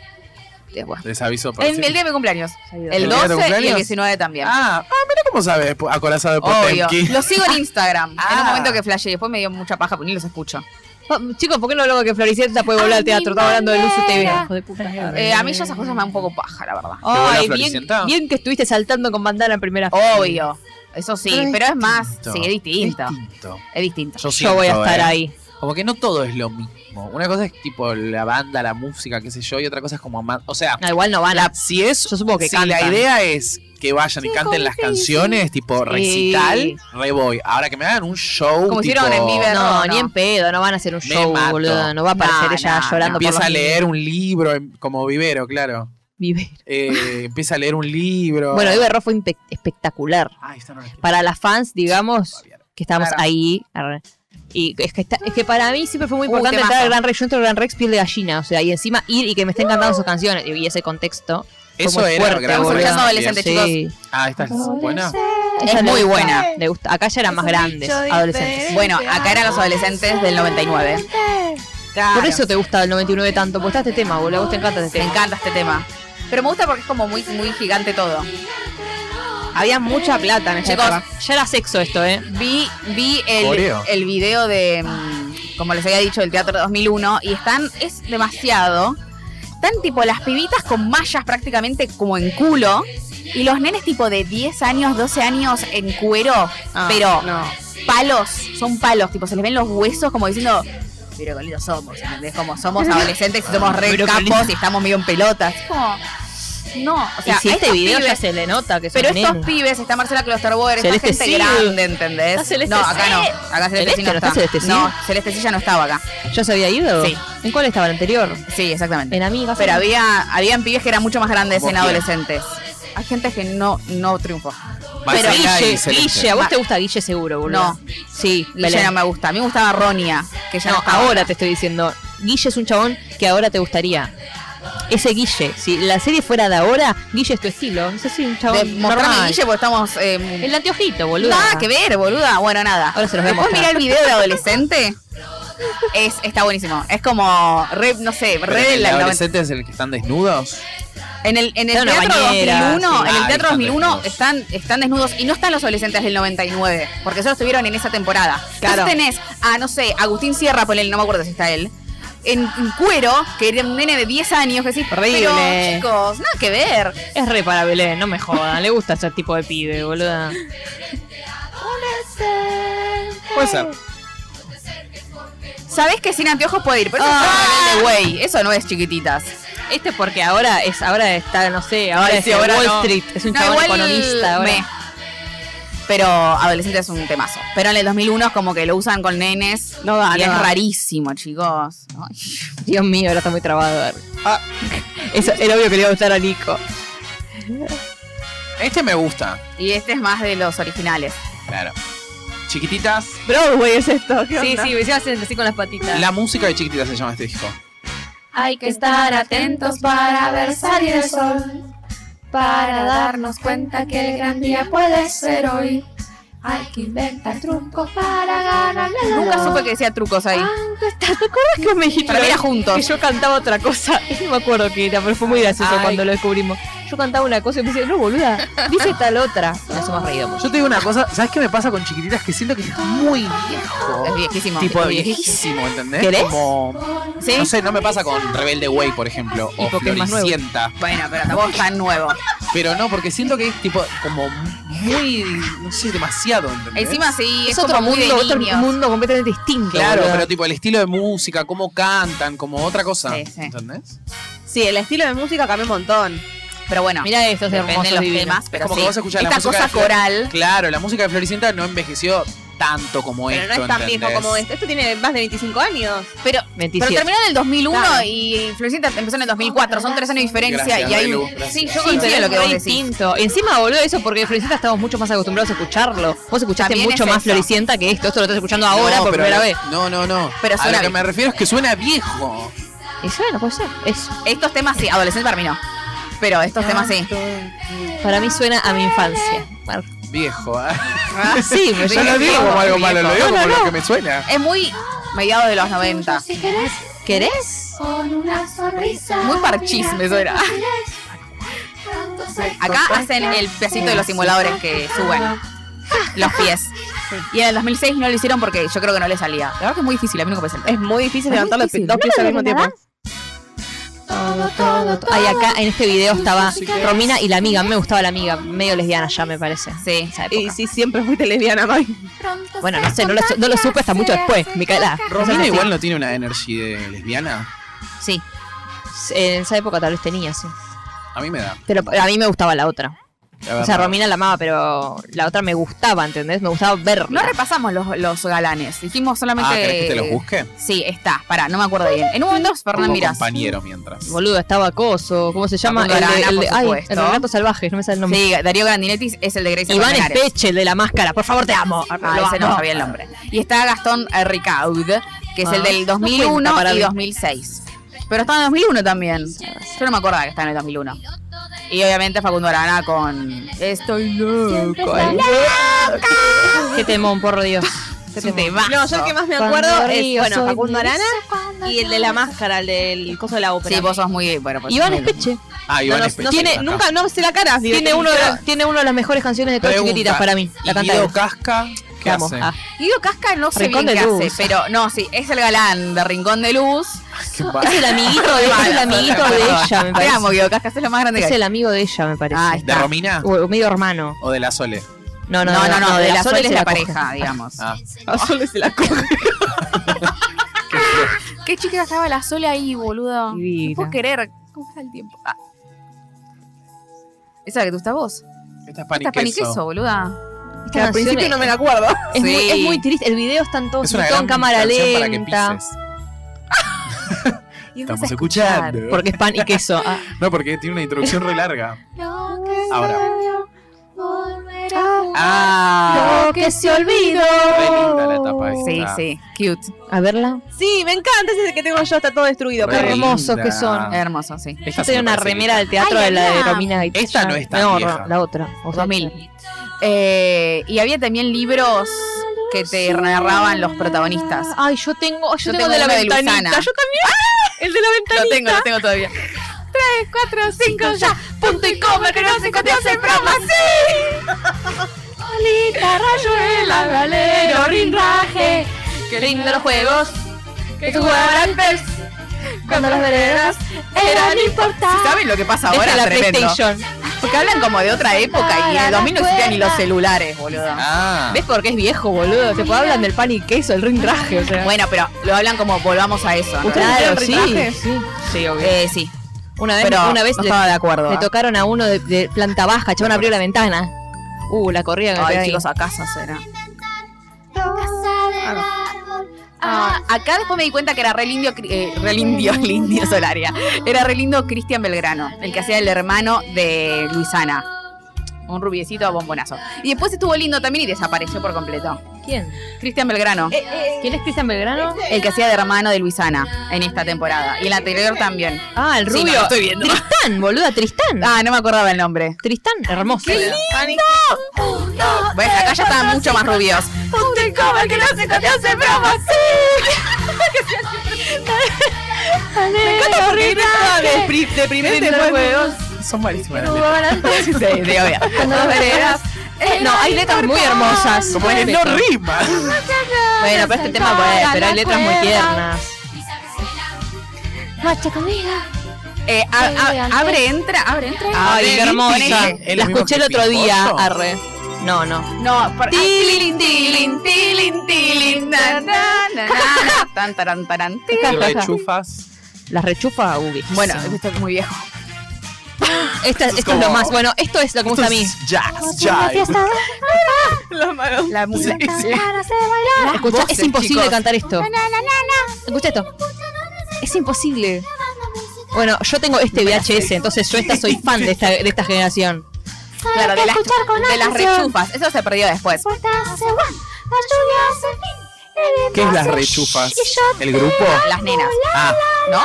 C: Es bueno.
A: Les aviso por
D: El,
A: si-
D: el día de mi cumpleaños. El
A: ¿El día de tu
D: 12 y el
A: cumpleaños?
D: 19 también.
A: Ah, ah, mira cómo sabes, po- acorazado de
D: Obvio.
A: Potemkin.
D: Los sigo en Instagram. En
A: Ah.
D: un momento que flashé. Después me dio mucha paja, porque ni los escucho.
C: Ah, Chicos, ¿por qué no hablamos de que Floricienta puede volver
B: Ay,
C: al teatro?
B: mi
C: Estamos hablando de Luz TV.
B: manera.
C: hijo de puta.
D: Eh, a mí ya esas cosas me dan un poco paja, la verdad.
A: vuelva
C: Ay, bien,
A: Floricienta?
C: bien que estuviste saltando con bandana en primera
D: Oh.
C: fila.
D: Obvio. Eso sí, pero es más. Sí, es distinto.
A: Distinto.
D: Es distinto.
A: Yo,
C: Yo voy a
A: siento,
C: estar
A: eh.
C: ahí.
A: Como que no todo es lo mismo. Una cosa es tipo la banda, la música, qué sé yo, y otra cosa es como más. O sea,
C: No, igual no van a.
A: si es.
C: Yo supongo que
A: si
C: cantan.
A: la idea es que vayan y canten las canciones, tipo recital, re voy. Ahora que me hagan un show.
D: Como
A: tipo,
D: hicieron en Viver.
C: No,
D: no.
C: ni en pedo, no van a hacer un
A: Me
C: show,
A: mato.
C: boludo. No va a aparecer
D: No,
C: ella
D: no,
C: llorando por
A: Empieza
C: los
A: a leer un libro em- como vivero, claro.
C: Vive.
A: Eh, empieza a leer un libro.
C: Bueno, Iberro fue impe- espectacular.
A: Ay, esta no la quiero.
C: Para las fans, digamos,
A: Todavía no.
C: que estábamos
D: Claro.
C: ahí. arre. Y es que, está- es que para mí siempre fue muy
D: Uh,
C: importante
D: temazo.
C: entrar al Gran Rex. Yo entro al Gran Rex piel de gallina. O sea, y encima ir y que me estén cantando sus canciones. Y ese contexto. fue
A: Eso
C: muy
A: era
C: fuerte,
A: gran
D: Estamos
C: boludo.
D: escuchando adolescente,
A: Sí.
D: chicos.
C: Sí.
A: Ah, esta es buena.
C: Ella le
D: muy
C: gusta,
D: buena.
C: Le gusta. Acá ya eran más grandes, adolescentes.
D: Bueno, acá eran los adolescentes del 99. Claro.
C: Por eso te gusta el 99 tanto, porque está este tema, boludo. A vos te encanta este
D: Me
C: tema.
D: encanta este tema. Pero me gusta porque es como muy, muy gigante todo.
E: Había mucha plata en esa
D: Chicos,
E: época.
C: Ya era sexo esto, ¿eh?
D: Vi, vi el,
A: Coreo.
D: el video de, mm, como les había dicho, del Teatro 2001 y están, es demasiado. Están tipo las pibitas con mallas prácticamente como en culo y los nenes tipo de 10 años, 12 años en cuero,
E: Ah,
D: pero
E: no.
D: palos, son palos, tipo se les ven los huesos como diciendo... Pero colitos somos, ¿entendés? Como somos adolescentes y somos re
C: Pero
D: capos
C: colitos.
D: y estamos medio en pelotas. Es como, no, o sea,
C: y si
D: a
C: este
D: estos
C: video ya
D: pibes-
C: se le nota que son
D: pero estos
C: nenes.
D: pibes, está Marcela Klosterboer, esta
C: Celeste
D: gente
C: Sil.
D: grande, ¿entendés?
C: Está Celeste
D: no, acá
C: Sil.
D: no. Acá Celeste,
C: Celeste,
D: Sil no
C: ¿no
D: está.
C: está Celeste Sil?
D: No, Celeste Sil ya no estaba acá.
C: ¿Ya se había ido?
D: Sí.
C: ¿En cuál estaba el anterior?
D: Sí, exactamente.
C: En Amigas.
D: Pero había, habían pibes que eran mucho más grandes
A: ¿Cómo
D: en
A: quién?
D: adolescentes. Hay gente que no, no triunfó.
C: Pero
A: Marcela y
C: Guille,
A: Celeste.
C: Guille, a vos
D: Va-
C: te gusta Guille seguro, boludo.
D: No.
C: Sí,
D: Y ya no me gusta. A mí me gustaba Ronia, que ya no,
C: No,
D: estaba
C: ahora
D: acá.
C: te estoy diciendo. Guille es un chabón que ahora te gustaría. Ese Guille, si la serie fuera de ahora, Guille es tu estilo. Es así, un
D: De-
C: chabón.
D: mostrame
C: normal.
D: Guille porque estamos. Eh,
C: El anteojito, boludo.
D: Nada que ver, boluda. Bueno, nada.
C: Ahora se los voy a
D: Después mirá
C: mostrar.
D: el video de adolescente. Es, está buenísimo. Es como, re, no sé,
A: Pero
D: re del
A: el
D: 90.
A: adolescente es el que están desnudos.
D: En el, en el
C: Está en una
D: teatro
C: bañera,
D: 2001,
C: sí.
D: en el
A: Ah,
D: teatro
A: están
D: 2001
A: desnudos.
D: están, están desnudos y no están los adolescentes del 99, porque solo estuvieron en esa temporada.
E: Claro.
D: Entonces tenés a, no sé, Agustín Sierra, ponele, no me acuerdo si está él, en, en cuero, que era un nene de 10 años, que decís,
E: Horrible.
D: pero chicos, nada que ver.
C: Es re para Belén, no me jodan. Le gusta ese tipo de pibe, boluda.
A: Puede ser.
D: Sabés que sin anteojos puede ir, pero eso
C: Ah.
D: es un rebelde, güey, eso no es chiquititas.
C: Este porque ahora es, ahora está, no sé, ahora
D: Ay,
C: es
D: sí,
C: de
D: ahora
C: Wall
D: no.
C: Street. Es un
D: No,
C: chabón
D: igual
C: economista ahora.
D: me. Pero adolescente es un temazo. Pero en el 2001 es como que lo usan con nenes.
E: No da,
D: y
E: no
D: es
E: da.
D: rarísimo, chicos. Ay.
C: Dios mío, ahora está muy trabado. a ver.
D: Ah.
C: Eso, era obvio que le iba a gustar a Nico.
A: Este me gusta.
D: Y este es más de los originales.
A: Claro. Chiquititas.
E: Broadway es esto. ¿qué
C: Sí,
E: onda?
C: sí, me hacen así con las patitas.
A: La música de Chiquititas se llama este disco.
B: Hay que estar atentos para ver salir el sol, para darnos cuenta que el gran día puede ser hoy. Hay que inventar trucos para ganar la
D: Nunca supe que decía trucos ahí.
B: Aunque está
C: es que me dijiste
D: Para mí era
C: que
D: juntos.
C: yo cantaba otra cosa. No me acuerdo qué era, pero fue muy gracioso
D: Ay.
C: cuando lo descubrimos. Yo cantaba una cosa y me dice, no, boluda, dice tal otra. Nos hemos reído mucho.
A: Yo te digo una cosa, ¿sabes qué me pasa con Chiquititas? Que siento que es muy viejo.
D: Es viejísimo.
A: Tipo
D: Es
A: viejísimo, ¿entendés?
C: ¿Querés?
A: Como,
D: ¿Sí?
A: No sé, no me pasa con Rebelde Way, por ejemplo,
C: Y
A: o
C: porque es más nuevo.
A: Floricienta.
D: Bueno, pero tampoco es tan nuevo.
A: Pero no, porque siento que es tipo como muy, no sé, demasiado, ¿entendés?
D: Encima sí, es,
C: es otro
D: como muy
C: mundo,
D: de
C: otro
D: niños.
C: mundo completamente distinto.
A: Claro,
C: boluda.
A: pero tipo el estilo de música, cómo cantan, como otra cosa.
D: Sí, sí.
A: ¿Entendés?
E: Sí, el estilo de música cambió un montón.
D: Pero bueno,
C: Mirá estos
D: depende de
C: hermosos
D: los
C: divinos.
D: temas. Pero
A: como
D: sí.
A: que vos escuchás la
D: Esta
A: música
D: cosa
A: de Flor-
D: coral.
A: Claro, la música de Floricienta no envejeció tanto como
E: Pero
A: esto.
E: no es tan viejo
A: ¿entendés?
E: como este. Esto tiene más de 25 años.
D: Pero,
C: 27.
D: pero terminó en el 2001
E: Claro.
D: y Floricienta empezó en el 2004. Son tres años de diferencia
A: Gracias,
D: y hay
A: Belu.
D: un... Sí, yo
A: Gracias.
D: coincido
C: pero
D: en lo que
C: es
D: vos
C: re
D: decís.
C: distinto. Encima, boludo, eso porque Floricienta estamos mucho más acostumbrados a escucharlo. Vos escuchaste
D: También
C: mucho
D: es
C: más
D: eso.
C: Floricienta que esto. Esto lo estás escuchando ahora
A: No,
C: por
A: pero
C: primera
A: lo-
C: vez.
A: No, no, no.
D: Pero
A: a
D: suena
A: lo que
D: bien.
A: me refiero es que suena viejo.
C: Y bueno, puede ser. Eso.
D: Estos temas sí, adolescentes para mí no. Pero estos temas sí.
C: Para mí suena a mi infancia.
A: Viejo, ¿eh?
C: Ah, sí, pero
A: Yo no lo digo como algo malo, lo digo
C: No,
A: como
C: no,
A: lo
C: no.
A: que me suena.
D: Es muy mediados de los 90.
B: Si querés,
C: ¿Querés?
B: con una sonrisa.
D: Muy parchís me suena. Acá hacen el pedacito de los simuladores que suben los pies. Y en el 2006 no lo hicieron porque yo creo que no le salía. La verdad que es muy difícil, a mí nunca me salió.
E: Es muy difícil
C: Es
E: levantar
C: muy
E: los pi-
C: difícil.
E: dos
C: ¿No
E: pies
C: lo
E: al mismo tiempo.
C: levantás? Todo, todo, todo. Ay, acá en este video estaba Romina y la amiga. A mí me gustaba la amiga. Medio lesbiana ya, me parece.
D: Sí.
C: Esa época.
E: Y sí, siempre fuiste lesbiana, May.
C: Bueno, no sé, no lo, su- no lo supe hasta mucho después, Micaela.
A: Romina igual no tiene una energía de lesbiana.
C: Sí. En esa época tal vez tenía, sí.
A: A mí me da.
C: Pero a mí me gustaba la otra.
A: La
C: O sea,
A: verdad.
C: Romina la amaba, pero la otra me gustaba, ¿entendés? Me gustaba verla.
D: No repasamos los, los galanes. Dijimos solamente.
A: Ah, ¿querés que te los busque?
D: Sí, está. Pará, no me acuerdo bien. En un momento, Fernán
A: Como
D: Miras.
A: compañero mientras.
C: Boludo, estaba Coso, ¿cómo se llama?
D: Facundo
C: El de,
D: Arana,
C: el de-
D: por
C: ay,
D: supuesto.
C: el de Gatos Salvajes, no me sale el nombre.
D: Sí, Darío Grandinetti es el de Grace
C: Iván Espeche, el de la máscara, por favor, te amo.
D: Ah,
C: Lo
D: ese no
C: amo.
D: sabía el nombre. Y está Gastón eh, Ricaud, que es
C: Ah,
D: el del
C: no
D: 2001
C: cuenta para
D: y
C: mí.
D: 2006. Pero estaba en 2001 también. Yo no me acordaba que estaba en el 2001. Y obviamente Facundo Arana con Estoy loco.
A: eh.
B: está
C: Qué temón, por Dios.
D: Es un temazo.
E: No, yo el que más me
C: Cuando
E: acuerdo es,
C: río,
E: bueno,
C: soy
E: Facundo
C: Melissa
E: Arana y el de la máscara, el del coso de la ópera.
D: Sí, vos sos muy. Bueno, pues,
C: Iván
D: muy-
C: Espeche.
A: Ah,
E: No,
A: Iván
E: no,
A: Espeche,
E: no tiene,
A: acá.
E: nunca, no sé la cara. si
C: Tiene
E: te-
C: uno, de, tiene una de las mejores canciones de todas
A: Pregunta,
C: chiquititas para mí. La
A: ¿y
C: canta
A: Guido
C: él.
A: Casca, ¿qué
C: Te amo.
A: hace?
C: Ah.
D: Guido Casca no sé
C: Rincón
D: bien qué
C: de
D: hace,
C: Luz.
D: pero no, sí, es el galán de Rincón de Luz.
A: Qué va-
C: Es el amiguito de, es el amiguito de ella, me
D: Te amo,
C: parece.
D: Guido Casca, es lo más grande que
C: Es
D: hay.
C: el amigo de ella, me parece.
D: Ah,
A: ¿De Romina
C: O o medio hermano.
A: o de la Sole?
C: No,
D: No,
C: no,
D: no, no, de la Sol
C: Sole
D: es
C: se
D: la
C: coge.
D: pareja, digamos.
A: Ah,
E: A Sole se la coge.
D: ¿Qué chica estaba la Sole ahí, boludo? No puedo querer. ¿Cómo pasa el tiempo? Ah. Esa es la que tú estás vos.
A: esta es
D: Esta paniqueso,
A: paniqueso.
D: boluda.
E: Que al principio no me la acuerdo.
C: Es, muy,
D: Sí.
C: es muy triste. El video están todos
A: Es una
C: todo
A: gran
C: en cámara
A: canción
C: lenta.
A: para que pises.
D: Y
A: Estamos
D: vas a
A: escuchando.
C: Porque es pan y queso. Ah,
A: No, porque tiene una introducción re larga. Ahora.
B: Ahora.
A: Ah,
C: Ah,
B: Lo que se olvidó.
A: re linda la etapa esta.
D: Sí, sí. Cute.
C: a verla.
E: Sí, me encanta ese que tengo yo, está todo destruido.
A: Re
E: pero-
C: hermosos
A: linda.
C: que son.
A: Ah.
D: Hermoso, sí.
A: Esta
C: Yo
A: sí me
C: tenía una
A: parece
C: remera
A: linda.
C: del teatro
D: Ay,
C: de la de
D: amiga.
C: Romina Gaitán.
A: Esta no es tan
C: No,
A: vieja.
C: la otra. O sea,
D: 2000. Eh, y había también libros que te narraban los protagonistas.
C: Ay, yo tengo, ay, yo tengo,
D: Yo tengo
C: el de la
D: una de
C: ventanita.
D: Luzana.
C: Yo también. El de la
D: Lo
C: ventanita.
D: tengo, lo tengo todavía.
B: Cuatro, cinco, ya. Punto y coma, que no se encontró hacer broma, sí. Olita, rayuela, galero, rinraje. Qué lindo los juegos que jugaba al pez. Cuando las veredas eran importantes.
D: ¿Saben lo que pasa
C: Deja
D: ahora?
C: la
D: Tremendo.
C: PlayStation.
D: Porque hablan como de otra época
E: Ah,
D: y en el 2000 no existían ni los celulares, boludo.
A: Ah,
C: ¿Ves por qué es viejo, boludo? Te hablan del pan y queso, el ringraje, Ah, o sea.
D: Bueno, pero lo hablan como volvamos a eso. ¿no?
E: ¿Ustedes
C: claro,
E: hicieron
C: sí,
E: ringraje?
C: sí. Sí, obvio.
D: Eh, sí.
C: una vez,
D: Pero
C: una vez
D: no
C: le,
D: estaba de acuerdo.
C: le
D: ¿ah?
C: tocaron a uno de, de planta baja, el chabón abrió la ventana. Uh, la corrida que me
D: Ay,
C: pegué ahí.
D: chicos, a casa será.
B: Casa del árbol.
D: Ah, acá después me di cuenta que era re lindo, Cri- eh, re lindo, Lindio Solaria. Era re lindo Cristian Belgrano, el que hacía el hermano de Luisana. Un rubiecito a bombonazo. Y después estuvo lindo también y desapareció por completo.
C: ¿Quién?
D: Cristian Belgrano,
E: Eh, eh,
C: ¿Quién es Cristian Belgrano?
D: el que hacía de hermano de Luisana en esta temporada. Y en la anterior también.
C: Ah, el
D: Sí,
C: rubio.
D: no lo estoy viendo.
C: Tristán, boluda, Tristán.
D: Ah, no me acordaba el nombre.
C: Tristán, hermoso.
E: Pánico.
D: Bueno, acá ya estaban mucho más rubios.
B: Punto y coma, que no se encontró hacer broma,
E: Estaba depri- Deprimente fue.
A: son malísimas las letras.
B: sí.
D: Sí, sí, obvio.
C: Cuando las veredas. Eh, no, hay letras muy hermosas.
A: Como que no rima.
C: Bueno, pero este tema, bueno, pero hay letras muy tiernas.
B: Marcha conmigo.
D: Eh, a- a- abre, entra, abre, entra.
C: Ay,
D: Abre,
C: qué hermosa.
D: entra.
A: ¿Es
C: La
A: lo mismo
C: escuché Ah, el
A: que
C: otro día,
A: Pimposo?
C: arre. No, no.
D: No, por tilin, tilin, tilin, tilin, na, na, na, na, tan, taran, taran, tilin.
A: Y rechufas.
C: Las rechufa, uh, viejísima.
D: Bueno, esto es muy viejo.
C: Esta,
A: es
C: esto es lo
A: como-
C: más. Bueno, esto es lo que me gusta a mí.
A: Esto es Jazz, jive.
D: La
A: Sí,
D: música.
A: sí.
C: Escuchá,
D: voces,
C: es imposible
D: chicos.
C: cantar esto. Escucha esto. Es imposible. Bueno, yo tengo este VHS, entonces yo esta soy fan de esta, de esta generación.
D: Claro, de las,
B: escuchar con
D: de las
B: atención.
D: rechufas. Eso se perdió después.
B: Puertas se van, la lluvia hace fin. el viento
A: ¿Qué es las
B: hace
A: rechufas?
B: shh, y yo
A: ¿El grupo?
D: Las nenas,
A: Ah,
D: ¿no?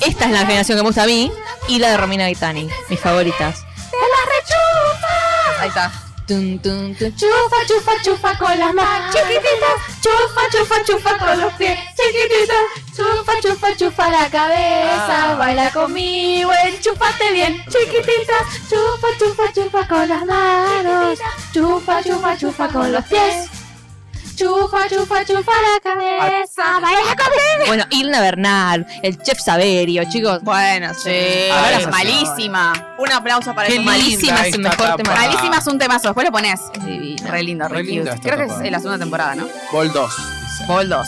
C: Esta es la generación que me gusta a mí y la de Romina Gaetani, mis favoritas.
D: Ahí está.
C: Tun, tun, tun.
B: Chufa, chufa, chufa con las manos chiquititas. Chufa, chufa, chufa con los pies chiquititas. Chufa, chufa, chufa la cabeza.
D: Ah.
B: Baila conmigo, enchufate bien, chiquititas. Chufa, chufa, chufa con las manos. Chufa, chufa, chufa con los pies. Chufa, chufa, chufa la cabeza. Baila conmigo.
C: Bueno, Ilna Bernal, el Chef Saverio, chicos.
E: Bueno,
D: Sí.
A: Ah, esa sí.
D: malísima.
E: Un aplauso para
A: Qué
E: el
A: lindo.
C: Malísima
A: linda
C: es el
A: esta
C: mejor tema.
A: tapa.
C: Malísima.
D: Malísima es un temazo. Después lo pones.
C: Divino.
D: Re lindo,
A: Re
D: re
A: linda
D: cute.
A: esta
D: Creo que
A: tapa.
D: es la segunda temporada, ¿no?
A: Ball 2.
D: Ball 2.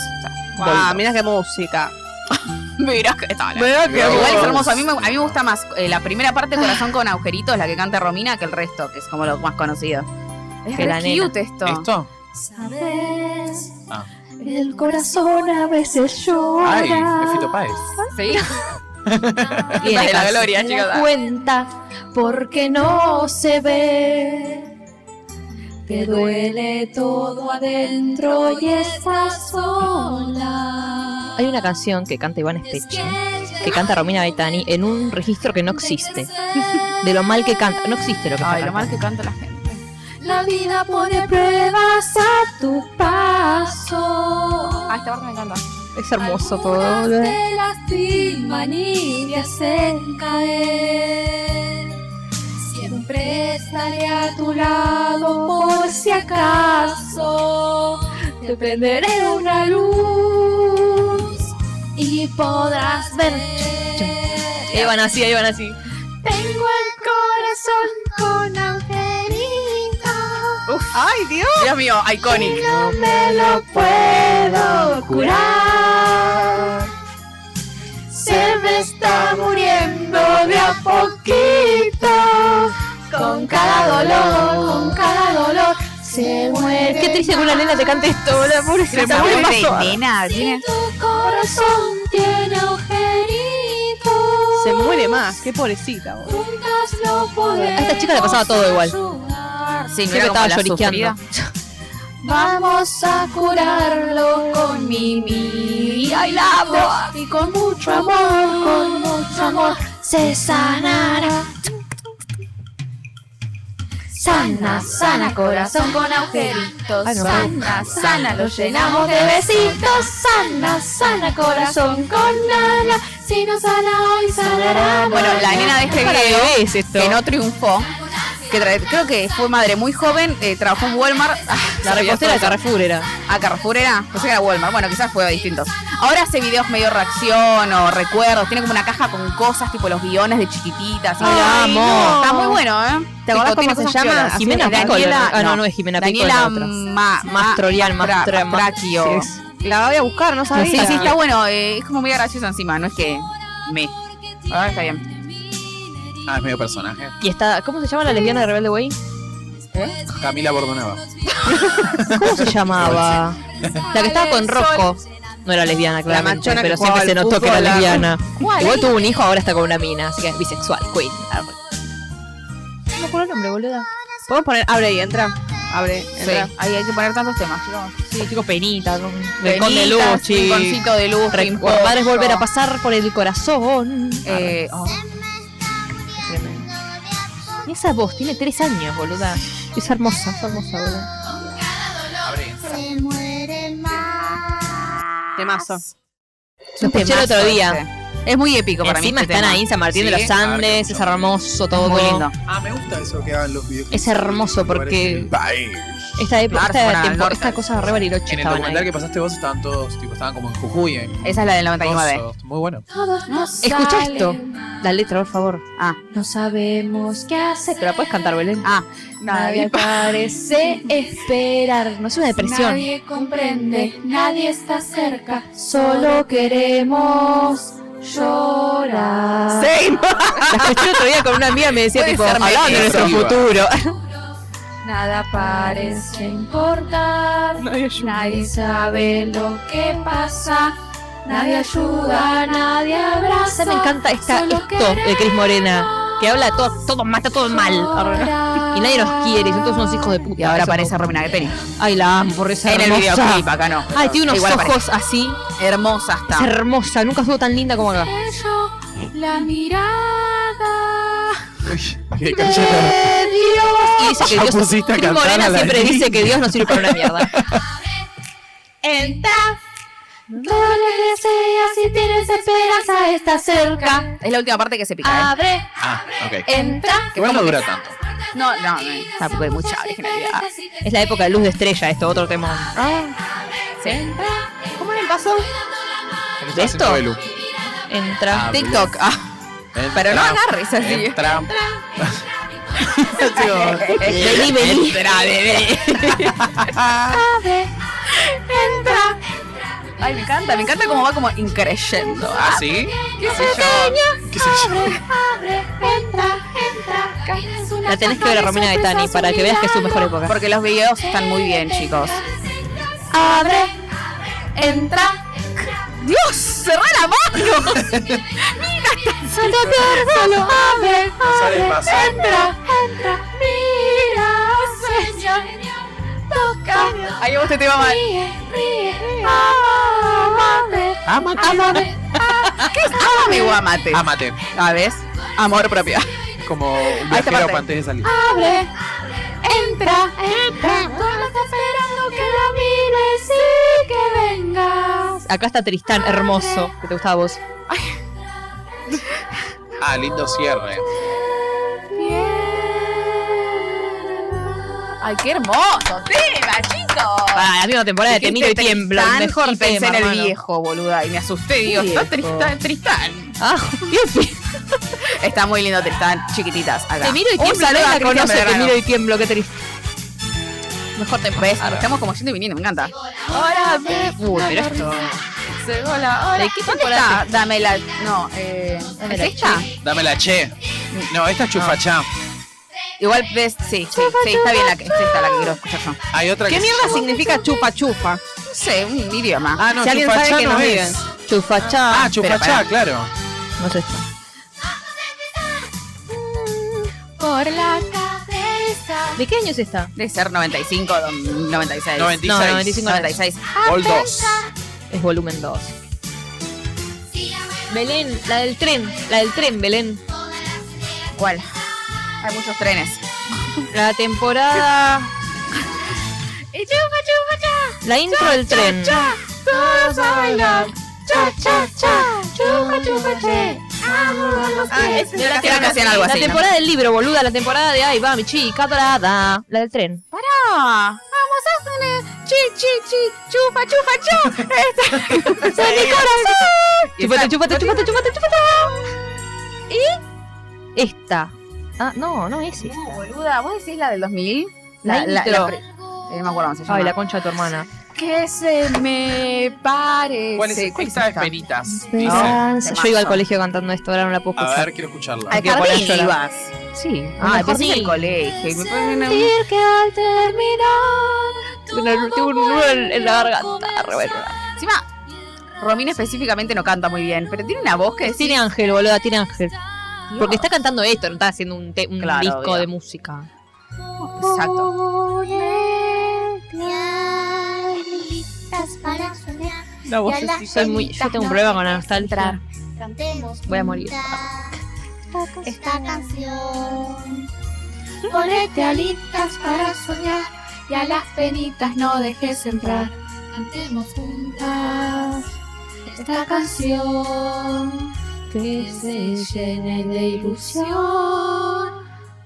E: Ah, mira qué música.
D: Mira que tal.
E: Mira
A: qué
D: Igual es
A: voz.
D: hermoso. A mí, me, a mí me gusta más eh, la primera parte, Corazón con agujeritos, la que canta Romina, que el resto, que es como lo más conocido. Es
C: Que
D: re
C: la nena.
D: cute esto.
A: ¿Esto?
B: Sabes,
A: Ah.
B: el corazón a veces llora.
A: Ay, es Fito Páez.
D: Sí.
C: Bien,
D: de la
C: Cas.
D: gloria,
B: se
D: chicos.
B: da cuenta porque no se ve. Te duele todo adentro y estás sola.
C: Hay una canción que canta Iván Espeche, que canta Romina Gaetani en un registro que no existe. De lo mal que canta. No existe lo que
D: Ay,
C: está
D: lo mal que
C: cantando.
D: canta la gente.
B: La vida pone pruebas a tu paso.
D: Ah, esta parte me encanta.
C: Es hermoso
B: Algunas
C: todo.
B: Te lastiman y te hacen caer. Siempre estaré a tu lado por si acaso. Te prenderé una luz y podrás ver.
C: Iban así, iban así.
B: Tengo el corazón con angelito.
D: Ay, Dios. Dios mío, iconic.
B: No me lo puedo curar. Se me está muriendo de a poquito. Con cada dolor, con cada dolor, se muere.
C: Qué triste que una nena te cante esto, boludo, pobrecita.
D: Esa
C: Pobre
D: voz de
C: mazo.
D: nena, tiene-
B: Si tu corazón tiene agujeritos.
E: Se muere más. Qué pobrecita, vos.
B: Juntas lo podemos.
C: A esta chica le pasaba todo igual.
B: ayudar.
D: Sí, no
C: Siempre
D: era como
C: estaba
D: la sufrida.
C: lloriqueando.
B: Vamos a curarlo con Mimi. ¡Ay, la voz! Y con mucho amor, con mucho amor, se sanará. Sana, sana, corazón con agujeritos.
C: Ay, no.
B: Sana, Ah, sana, lo llenamos de besitos. Sana, sana, corazón con nana. Si no sana hoy, sanará.
D: Bueno, la
B: mañana.
D: nena de este
C: Para
D: video
C: bebés esto.
D: que no triunfó, que tra- creo que fue madre muy joven, eh, trabajó en Walmart. Ah,
C: La
D: sabía
C: repostera de
D: todo.
C: Carrefour era.
D: A Carrefour era, pensé que era Walmart. Bueno, quizás fue distinto. Ahora hace videos medio reacción o recuerdos. Tiene como una caja con cosas, tipo los guiones de chiquititas.
C: Ay, amo.
D: Está muy bueno, ¿eh?
E: ¿Te acordás
D: Tipo, tiene
E: cómo se
D: cosas
E: llama?
D: piolas.
E: Así,
C: Ah, Jimena Pico.
D: Daniela-
C: Ah, no, mm, ah, no es Jimena Pico. es la
D: Daniela
C: otra.
D: Ma- Ma-
C: Mastrorial,
D: Mastra-
C: Mastra-
D: Mastracchio.
C: Sí,
E: La voy a buscar, no sabía.
D: Sí, sí, está bueno. eh, es como muy gracioso encima, no es que me. Ah, está bien.
A: Ah, es medio personaje.
C: Y está, ¿cómo se llama la lesbiana de Rebelde Way?
A: Camila Bordonaba.
C: ¿Cómo se llamaba? La que estaba con Rocco. No era lesbiana, claramente,
E: machona que
C: pero
E: jugaba
C: siempre se
E: al
C: notó que era
E: fútbol, la-
C: lesbiana.
D: ¿Cuál?
C: Igual tuvo un hijo, ahora está con una mina, así que es bisexual, queen. Ah, bueno. No me acuerdo el nombre, boluda.
E: Podemos poner. Abre y entra. Abre,
D: Sí,
E: entra.
D: ahí hay que poner tantos temas, chicos.
C: Sí, chico, penita, con
D: Con
C: Rincón de Luchi.
D: Rinconcito de luz.
C: Recordar es volver a pasar por el corazón.
D: Eh, oh,
C: Tremendo. Y Esa voz tiene tres años, boluda. Es hermosa, es hermosa, boluda.
B: Se muere más.
E: Temazo.
D: es
C: Lo
D: un
C: escuché el
D: temazo
C: otro día.
D: este. Es muy épico para mí.
C: Encima
D: este
C: están
D: tema.
C: ahí en San Martín de
D: Sí,
C: los Andes,
A: claro.
C: es hermoso todo.
D: Muy lindo.
F: Ah, me gusta eso que hagan los videos.
C: Es hermoso porque-
A: País.
C: Esta época,
D: Claro, se fueron
C: esta,
D: al
C: tiempo-
D: norte.
C: esta cosa re bariloche
A: En el
C: estaban
A: documental
C: ahí.
A: que pasaste vos estaban todos, tipo, estaban como en Jujuy. En
D: Esa es la del 99.
A: Coso. Muy bueno.
B: Todos nos
C: Escucha
B: salen
C: esto.
B: mal.
C: La letra, por favor.
D: Ah,
B: No sabemos qué hacer.
C: ¿Te la puedes cantar, Belén?
D: ah.
B: Nadie parece esperar.
C: No es una depresión.
B: Nadie comprende, nadie está cerca. Solo queremos llorar.
C: Same. La escuché otro día con una amiga y me decía,
D: Puede
C: tipo,
D: ser
C: hablaban de
A: medio.
C: nuestro futuro.
B: Nada parece importar. Nadie sabe lo que pasa. Nadie ayuda, nadie abraza.
C: me encanta esta,
B: Solo
C: esto de Cris Morena,
B: queremos
C: que habla de todo, todo mata todo mal.
B: llorar.
C: Y nadie nos quiere, y son todos unos hijos de puta.
D: Y ahora
C: Eso
D: aparece
C: me-
D: Romina Gepeni.
C: Ay, la amo, por esa
D: En el
C: hermosa.
D: videoclip, acá no.
C: Ay, tiene unos
D: Igual aparece.
C: ojos así,
D: Hermosa
C: es
D: está.
C: hermosa, nunca estuvo tan linda como acá.
B: Ello, la mirada
A: Uy, qué
B: de
A: cacheta.
B: Eh, Dios.
C: Y dice que
A: Ya
C: Dios,
A: pusiste a
C: Cris
A: cantar
C: Morena
A: a la
C: siempre
A: niña.
C: dice que Dios no sirve para una mierda.
B: Entra. Todo lo que deseas si tienes esperanza está cerca.
D: Es la última parte que se pica, ¿eh?
B: Abre,
A: Ah, ok.
B: entra.
A: Igual no dura tanto.
D: No, no, no. Está porque hay mucha originalidad.
C: Es la época de luz de estrella, esto, otro tema.
D: Sí.
E: ¿Cómo le pasó?
A: En
C: ¿De esto?
A: Belu.
C: Entra.
A: Ah,
D: TikTok. Ah,
A: Entra,
D: pero no agarres así.
A: Entra.
C: Vení, vení.
D: Entra, bebé.
B: Abre, entra.
D: Ay, me encanta, me encanta cómo va como increyendo.
A: ¿Ah, sí?
B: Que se
A: ¿Qué sé yo?
B: abre, abre, entra, entra.
C: La tenés que ver a Romina Gaetani para que veas que es su mejor época.
D: Porque los videos están muy bien, chicos.
B: Abre, entra.
D: ¡Dios! ¡Cerrá la mano!
B: Solo solo abre,
A: sale el
B: abre,
A: paso.
B: entra, entra. Mira, sueña, toca.
D: Ahí vos te tema mal.
B: Ríe, ríe, amame,
A: Ah,
B: amame,
D: Amame o amate.
A: Amate.
D: ¿Ah, ves? Amor propio.
A: Como un
D: Ahí está
A: viajero
D: parte.
A: antes de salir.
B: abre, entra, entra. Solo está esperando que la mires y que vengas.
C: Acá está Tristán, hermoso, que te gustaba a vos.
A: Ah, lindo cierre.
B: Bien.
D: ¡Ay, qué hermoso tema, chicos!
C: Para Ah, la misma temporada de Te miro y tiemblo, el mejor
D: y pensé
C: tema,
D: en el
C: hermano.
D: viejo, boluda, y me asusté. Digo,
C: Viejo.
D: está Tristán, Tristán.
C: Ah,
D: Está muy lindo Tristán, chiquititas. Acá.
C: Te miro y
D: Un
C: tiemblo,
D: saludo
C: no
D: a
C: la
D: Cristian
C: conoce, te
D: Belgrano.
C: miro y tiemblo, qué triste. Mejor tema.
D: ¿Ves? Estamos como yendo y viniendo, me encanta.
B: Ahora ve.
C: Uy, pero esto.
D: Llegó la
C: ¿De qué
D: ¿Dónde
C: temporada?
D: está? Dame la. No, eh. ¿Es
C: la
D: esta?
A: Dame la che. No, esta es chufachá.
D: Igual ves. Sí, sí, sí, está bien la que. Esta es la que quiero escuchar yo.
A: Hay otra
E: ¿Qué
A: que se
E: mierda
A: llama-
E: significa chupa chupa?
D: No sé, un idioma.
A: Ah, no,
E: Si alguien sabe
A: chufachá
E: que
A: no
E: nos
A: es.
C: Chufachá.
A: Ah, chufachá,
D: pará.
A: claro.
C: No sé esto.
B: Por la cabeza.
C: ¿De qué año es esta?
D: Debe ser 95,
A: 96.
D: 96.
C: No, 95.
D: 96.
A: Gol 2.
C: Es volumen 2. Belén, la del tren, la del tren, Belén.
D: ¿Cuál? Hay muchos trenes.
C: La temporada. La intro del tren.
B: Todos a bailar. Cha, cha, cha. Chupa, chupa, che. Vámonos.
D: Ah, es
C: De la
D: que hacían algo
C: la
D: así. ¿no?
C: temporada del libro, boluda, la temporada de Ay, va, mi chica dorada. La del tren.
D: Ah, vamos a hacerle chi, chi, chi, chupa, chupa, chupa. Esta. ¡Se mi corazón!
C: Chupate, chupate, chupate, chupate, chupate. ¿Y? Esta. Ah, no, no es esta.
D: No, boluda, ¿vos decís la del 2000?
C: La intro.
D: pre- eh, no me acuerdo cómo se llama.
C: Ay, la concha de tu hermana.
D: que se me parece.
A: ¿Cuál es? Esta es Penitas. Dice.
C: Esperanza.
D: temazo.
C: Yo iba al colegio cantando esto, ahora no la puedo
A: A
C: escuchar.
A: ver, quiero escucharla.
D: Al
C: que poner
D: jardín
C: sola.
D: ibas.
C: Sí.
D: Ah,
C: pues
D: pensé en el colegio. y me ponen-
B: Sentir que al terminar.
C: Bueno, tengo un nudo en, en la garganta. re bueno.
D: Encima, Romina específicamente no canta muy bien, pero tiene una voz que decís,
C: Tiene ángel, boluda, tiene ángel.
D: Dios.
C: Porque está cantando esto, no está haciendo un, te- un
D: Claro,
C: disco
D: obvio.
C: de música.
D: Exacto.
B: para soñar.
A: La voz
B: Yala.
A: es-
C: Soy muy, yo tengo un problema con la nostalgia.
B: Entrar. Cantemos.
C: Voy a morir.
B: juntas Esta canción. Ponete alitas para soñar y a las penitas no dejes entrar. Cantemos juntas esta canción que se llene de ilusión.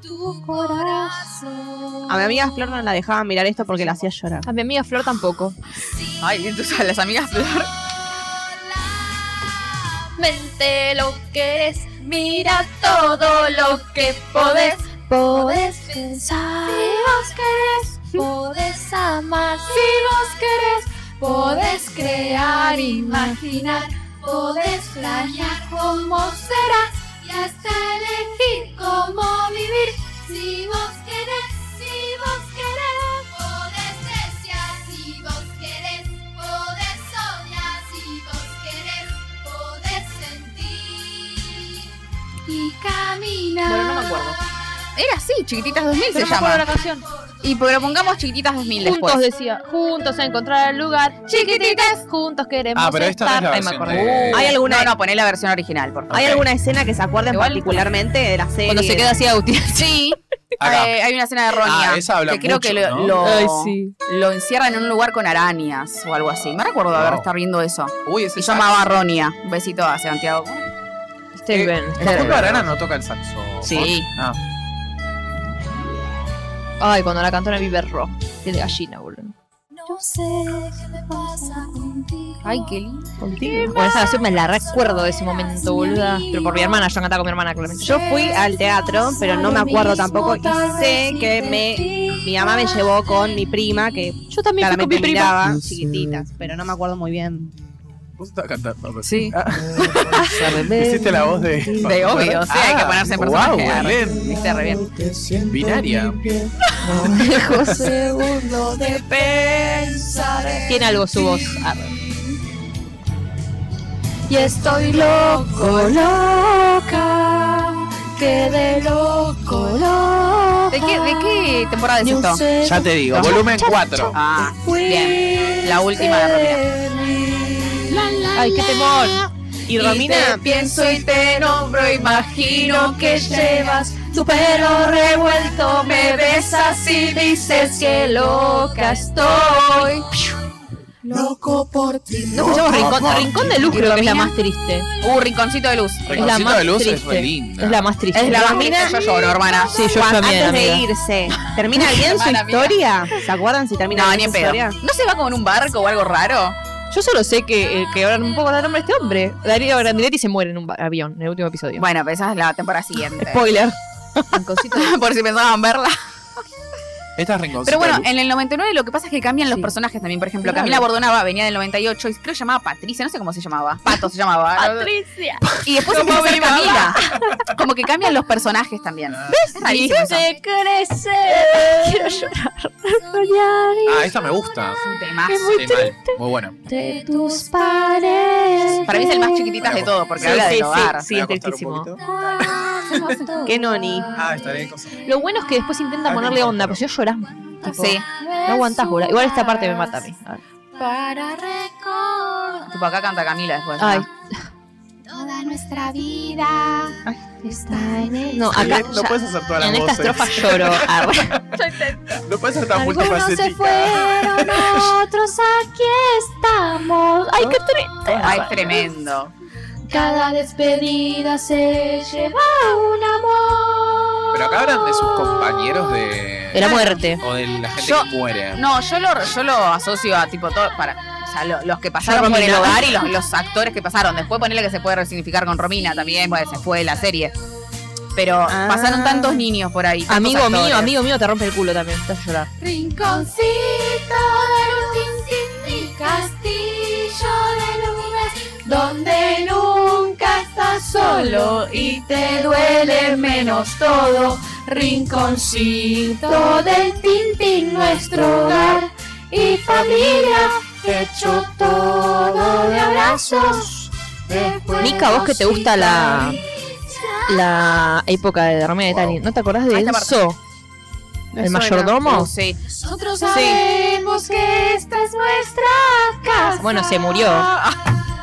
B: Tu tu corazón.
E: A mi amiga Flor no la dejaba mirar esto porque la hacía llorar.
C: A mi amiga Flor tampoco.
D: Ay, entonces a las amigas Flor.
B: Mente lo que es, mira todo lo que podés. Podés pensar si vos querés, podés amar si vos querés, podés crear, imaginar, podés planear cómo serás y hasta elegir cómo vivir si vos querés, si vos querés, podés desear si vos querés, podés soñar si vos querés, podés sentir y caminar.
D: Bueno, no me acuerdo. Era así, Chiquititas 2000
C: Pero no
D: se
C: me acuerdo la
D: llama.
C: canción.
D: Y pero pongamos Chiquititas 2000 después.
C: Juntos decía, juntos a encontrar el lugar. Chiquititas, juntos queremos
A: Ah, pero esta no
C: estar.
A: es la
D: Ay, me
A: versión
D: acordé.
A: de-
E: Hay alguna-
D: No, no, poné la versión original, por favor.
E: ¿Hay
A: Ok.
E: alguna escena que se acuerden
D: Igual-
E: particularmente de la serie?
D: Cuando se queda así Agustín. Sí.
A: Acá.
D: Eh, hay una escena de Ronia.
A: Ah, esa habla
D: que creo
A: mucho,
D: que lo,
A: ¿no?
D: lo-
C: Ay, sí.
D: lo encierra en un lugar con arañas o algo así. Me recuerdo de haber
A: Wow.
D: estado viendo eso.
A: Uy, ese
D: Y yo amaba a Ronia. Un besito a Santiago.
C: Steven.
A: Facundo Arana no toca el saxo.
D: Sí.
A: Ah,
C: Ay, cuando la cantó en el Viverro. De gallina, boludo.
B: No sé qué me pasa contigo.
D: Ay, qué lindo.
E: Contigo.
C: Bueno, esa canción me la recuerdo de ese momento, boluda. Pero por mi hermana, yo cantaba con mi hermana, claramente.
E: Yo fui al teatro, pero no me acuerdo tampoco. Y sé que me, mi mamá me llevó con mi prima, que
C: Yo también fui con mi
E: claramente
C: prima.
E: miraba
A: No sé.
E: chiquititas, pero no me acuerdo muy bien.
A: vos estabas cantando. recién.
D: Sí.
A: Ah, Hiciste la voz de.
D: De obvio, sí, hay que
A: Ah,
D: ponerse en personaje.
A: Wow,
D: Arre. Viste, re bien.
A: Binaria.
B: segundo de pensar en
C: Tiene algo su voz. Ah,
B: Y estoy loco, loca, que de loco, loca.
D: ¿De qué, de qué temporada es
B: Ni un
D: esto?
B: segundo
A: Ya te digo,
D: Los-
A: volumen 4.
D: Ah, bien.
B: fuiste
D: la última de Romina.
B: de mí.
C: Ay, qué temor.
E: Y Romina,
B: pienso y te nombro, imagino que llevas tu pelo revuelto, me besas y dices que loca estoy. Loco por ti.
C: No escuchamos Rincón, Rincón de Luz, creo que es la más triste.
D: Uh, rinconcito de luz.
C: Es la
A: Rinconcito
C: más
A: de luz es
C: triste.
A: re linda.
C: Es la más triste.
D: Es la más
E: Romina-
D: linda. Yo lloro, hermana.
C: Sí, yo
E: cuando-
C: también,
E: antes de
C: amiga.
E: irse, ¿termina bien su
D: Hermana, amiga.
E: historia? ¿Se acuerdan si termina
D: No,
E: bien
D: ni en
E: su
D: pedo.
E: historia?
D: ¿No se va como en un barco o algo raro?
C: Yo solo sé que, eh, que ahora un poco el nombre de este hombre. Darío Grandinetti se muere en un ba- avión en el último episodio.
D: Bueno, pero esa es la temporada siguiente.
C: Spoiler.
D: Por si pensaban verla.
A: Esta es Rinconcito
D: Pero bueno, eh,
A: de Luz.
D: en el 99 lo que pasa es que cambian los
C: Sí.
D: personajes también. Por ejemplo,
C: Claro.
D: Camila Bordonaba venía del 98 y creo que se llamaba Patricia, no sé cómo se llamaba. Pato se llamaba.
C: Patricia.
D: Y después
C: Como
D: empieza a
C: mi
D: ser Camila. Como que cambian los personajes también. Ah, Es rarísimo eso.
B: crecer. Quiero llorar. Soñar
A: Ah, esta me gusta.
D: Es un temazo.
A: Muy, muy bueno.
B: entre tus paredes.
D: Para mí es el más chiquititas de todo, porque
A: Sí,
D: habla
A: sí,
D: del
A: sí,
D: hogar.
C: Sí,
A: Me va
C: es
A: a costar un
C: tristísimo.
A: poquito.
E: Qué noni.
A: Ah, estaré cosa.
C: Lo bueno es que después intenta
A: Ah,
C: ponerle
A: bien,
C: onda,
A: claro.
C: pero yo llorás. Tipo,
D: Sí.
C: No aguantás, boludo. Igual esta parte me mata a mí. A ver.
B: Para recordar
D: Tipo, acá canta Camila después. ¿no?
C: Ay,
B: toda nuestra vida está en el
C: no, acá.
A: no
C: ya-
A: puedes hacer todas las
C: en esta
A: voces.
D: eh.
C: estrofa lloro. Ah, bueno.
A: No eh. puedes ser tan
B: Algunos se
A: multifacética.
B: fueron, otros aquí estamos. Ay,
A: Ah.
B: qué triste.
D: Ay, tremendo.
B: Cada despedida se lleva un amor.
A: Pero acá hablan de sus compañeros de.
C: De la muerte.
A: O de la gente
D: Yo-
A: que muere.
D: No, yo lo, yo lo asocio a tipo todo. Para, o sea, lo- los que pasaron por el
C: Romina.
D: hogar y los, los actores que pasaron. Después ponele que se puede resignificar con Romina también, porque se fue de la serie. Pero
E: Ah.
D: pasaron tantos niños por ahí. tantos
C: Amigo mío,
D: actores.
C: amigo mío, te rompe el culo también. Estás a llorar.
B: Rinconcito de luz, mi castillo de nubes, donde nunca estás solo y te duele menos todo. Rinconcito del tintín, nuestro hogar y familia, hecho todo de abrazos. de
C: Mica, vos que te gusta la- La época de Romina de
A: Wow.
C: Tani. ¿No te acordás de
D: Ah, esta
C: Enzo?
E: Me
C: El
E: suena.
C: mayordomo.
D: Uh, sí.
B: Nosotros sabemos que esta es nuestra casa.
C: Bueno, se murió.
A: Ah,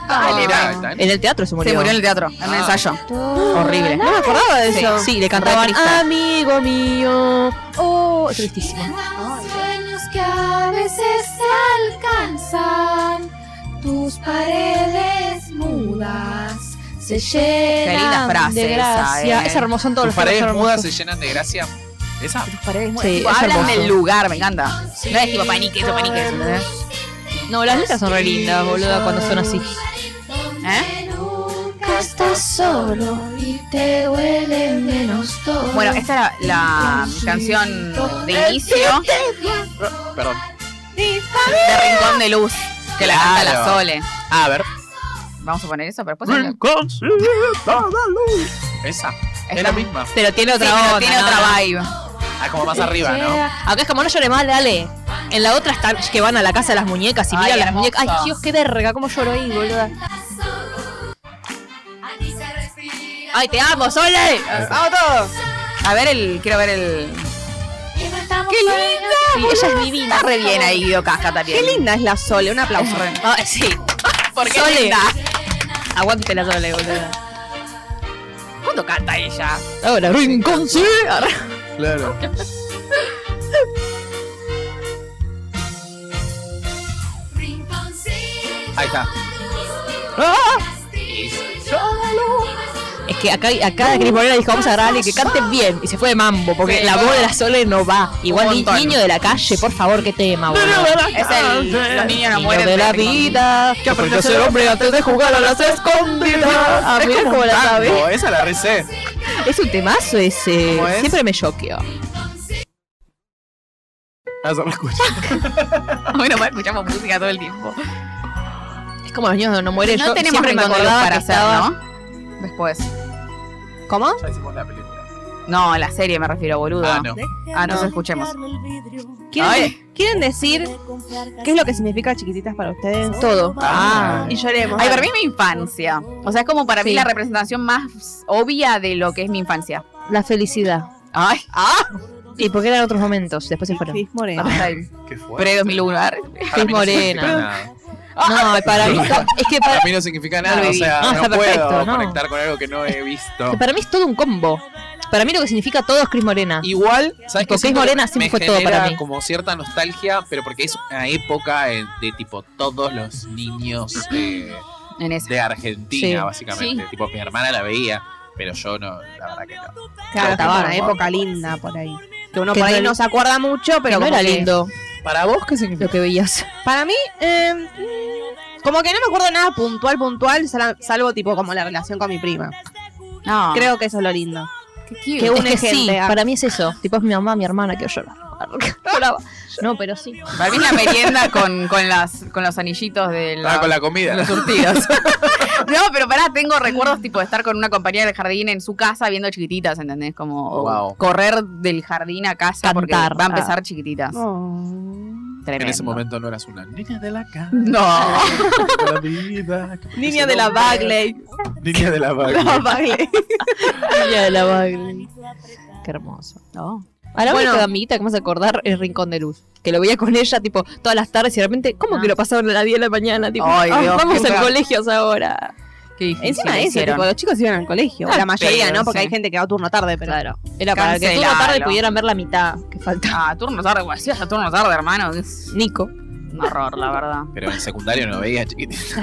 D: Dale,
A: mirá,
D: va.
A: está en-
C: En el teatro se murió.
D: Se murió en el teatro, en el
A: Ah.
D: ensayo. Horrible.
C: No me acordaba de
D: Sí,
C: eso. Sí, le
D: Re
C: cantaban
D: triste.
C: Amigo mío. Oh, tristísimo.
B: Eran sueños que a veces se alcanzan, tus paredes mudas se llena
D: Qué linda frase
B: de gracia.
D: esa, eh.
C: Es hermoso son todos
A: Tus
C: los temas
A: paredes
C: son
A: mudas se
C: hermosos.
A: llenan de gracia. Esa.
D: Tus paredes
C: Sí,
D: Tipo,
C: es
D: háblame
C: hermoso.
D: del lugar, me encanta. No es tipo panique, eso panique. eso, ¿eh?
C: No, las letras son re lindas, boluda, cuando son así.
D: ¿Eh?
B: Nunca estás solo y te duele menos todo.
D: Bueno, esta es la, la canción de inicio
A: Perdón.
D: de Rincón de Luz, que la canta la
A: Claro.
D: Sole.
A: Ah, A ver.
D: Vamos a poner eso, pero después...
A: Esa. Es
D: Esta-
A: la misma.
C: Pero tiene
D: Sí,
C: otra
D: pero
C: onda,
D: tiene
C: ¿no?
D: otra vibe.
A: Ah, como más arriba, ¿no?
C: Acá es como no llore más, dale. En la otra están que van a la casa de las muñecas y
D: Ay,
C: miran las
D: hermoso.
C: muñecas. Ay, Dios, qué verga, cómo lloro ahí, boluda. Ay, te amo, Sole.
D: ¡Vamos todos! A ver el... Quiero ver el...
B: ¡Qué linda!
C: Sí, ella es divina.
D: Está re bien ahí Guido Casca también.
E: Qué linda es la Sole, un aplauso.
C: Ay, sí.
D: Porque
C: Sole.
D: linda.
C: Aguante la Sole, boluda.
D: ¿Cuándo canta ella?
C: Ahora, rincón, sí.
A: Claro. Ahí está.
C: Ah, Es que acá, acá Cris Morena dijo, vamos a grabarle que cante bien. Y se fue de mambo, porque
D: Sí,
C: la
D: no.
C: voz de la Sole no va. Igual ni-
D: montón.
C: niño de la calle, por favor, qué tema, boluda.
D: Es el... Los niños no
C: Niño
D: mueren.
C: de la
D: Rincón.
C: vida, que aprendió a ser hombre antes de jugar a las escondidas. Ah, mirá cómo la sabe.
A: Tango, esa la recé.
C: Es un temazo ese.
A: ¿Cómo es?
C: Siempre me choqueó.
A: Ah, se me escucha.
D: Bueno, pues, escuchamos música todo el tiempo.
C: Es como los niños de no mueren.
D: No
C: Yo
D: tenemos
C: siempre me
D: Rincón de Luz
C: acordaba
D: para
C: que
D: hacer,
C: estaba-
D: ¿no? Después.
E: ¿Cómo?
A: Ya hicimos la película.
D: No, la serie me refiero, boludo.
A: Ah, no.
D: Ah, entonces escuchemos.
E: ¿Quieren,
D: Ay.
E: quieren decir qué es lo que significa chiquititas para ustedes?
C: Todo.
A: Ah.
E: Y lloremos.
D: Ay, para mí es mi infancia. O sea, es como para mí
C: Sí.
D: la representación más obvia de lo que es mi infancia.
C: La felicidad.
D: Ay, ah,
C: Y porque eran otros momentos. Después se fueron.
E: Cris Morena.
A: Qué fuerte.
D: pre-2001. ar.
A: Para mí no
C: Morena.
A: significa nada.
C: No, para mí. Es que para,
A: Para mí no significa
D: No
A: nada.
D: lo
A: O
D: viví.
A: sea,
C: No,
A: no,
C: está
A: puedo
C: perfecto, no.
A: conectar con algo que no he visto.
C: para mí es todo un combo. Para mí lo que significa todo es Cris Morena.
A: Igual, ¿sabes qué?
C: Tipo, Cris
A: Siento que
C: Morena siempre
A: me
C: fue todo
A: genera
C: para mí.
A: como cierta nostalgia, pero porque es una época eh, de tipo todos los niños eh,
D: En eso.
A: de Argentina,
C: Sí.
A: básicamente. Tipo, mi hermana la veía, pero yo no, la verdad que no.
E: Claro,
A: Estaba
E: fue una
A: hermoso.
E: época linda por ahí. Que uno
C: Que
E: por
C: no
E: ahí
C: era-
E: no se acuerda mucho, pero
C: Pero no
E: como
C: era
E: que-
C: lindo
A: ¿Para vos qué
C: lo
A: significa?
C: que veías.
E: Para mí, eh, mm, como que no me acuerdo nada puntual, puntual, sal- salvo tipo como la relación con mi prima.
D: No.
E: Creo que eso es lo lindo.
D: que cute.
E: que
C: Es
E: une
C: que
E: gente,
C: sí,
E: ah.
C: para mí es eso. Tipo, es mi mamá, mi hermana, que yo lloraba. No, pero sí.
D: Para mí es la merienda con, con, las, con los anillitos de la-
A: Ah, con la comida.
D: los surtidos. no, pero pará, tengo recuerdos tipo de estar con una compañera del jardín en su casa viendo chiquititas, ¿entendés? Como o
A: Wow.
D: correr del jardín a casa porque
C: Cantar,
D: va a empezar
C: ah.
D: chiquititas. Tremendo.
A: En ese momento no eras una niña de la calle.
D: No.
A: de la vida. que parece
E: Niña de la
A: nombre.
E: Bagley.
A: Niña de la Bagley.
E: La Bagley.
C: Niña de la Bagley. Qué hermoso. Ahora la
E: Bueno.
C: única amiguita que me vas a acordar es Rincón de Luz. Que lo veía con ella, tipo, todas las tardes y de repente, ¿cómo
D: Ah.
C: que lo pasaron a las 10 de la mañana? Tipo,
D: Ay,
C: "Ah,
D: Dios,
C: vamos
D: qué
C: al
D: horror.
C: colegio ahora.
D: Qué difícil
E: Encima de eso,
D: hicieron.
E: tipo, los chicos iban al colegio.
D: Ah,
E: la mayoría,
D: pero,
E: ¿no? Porque
D: sí.
E: hay gente que va a turno tarde, pero.
C: Claro. Era para que
D: Cancelalo.
C: turno tarde pudieran ver la mitad que faltaba.
D: Ah, turno tarde, güey. Sí, a turno tarde, hermano. Es
C: Nico.
D: un horror, la verdad.
A: Pero en secundario no veía chiquitita.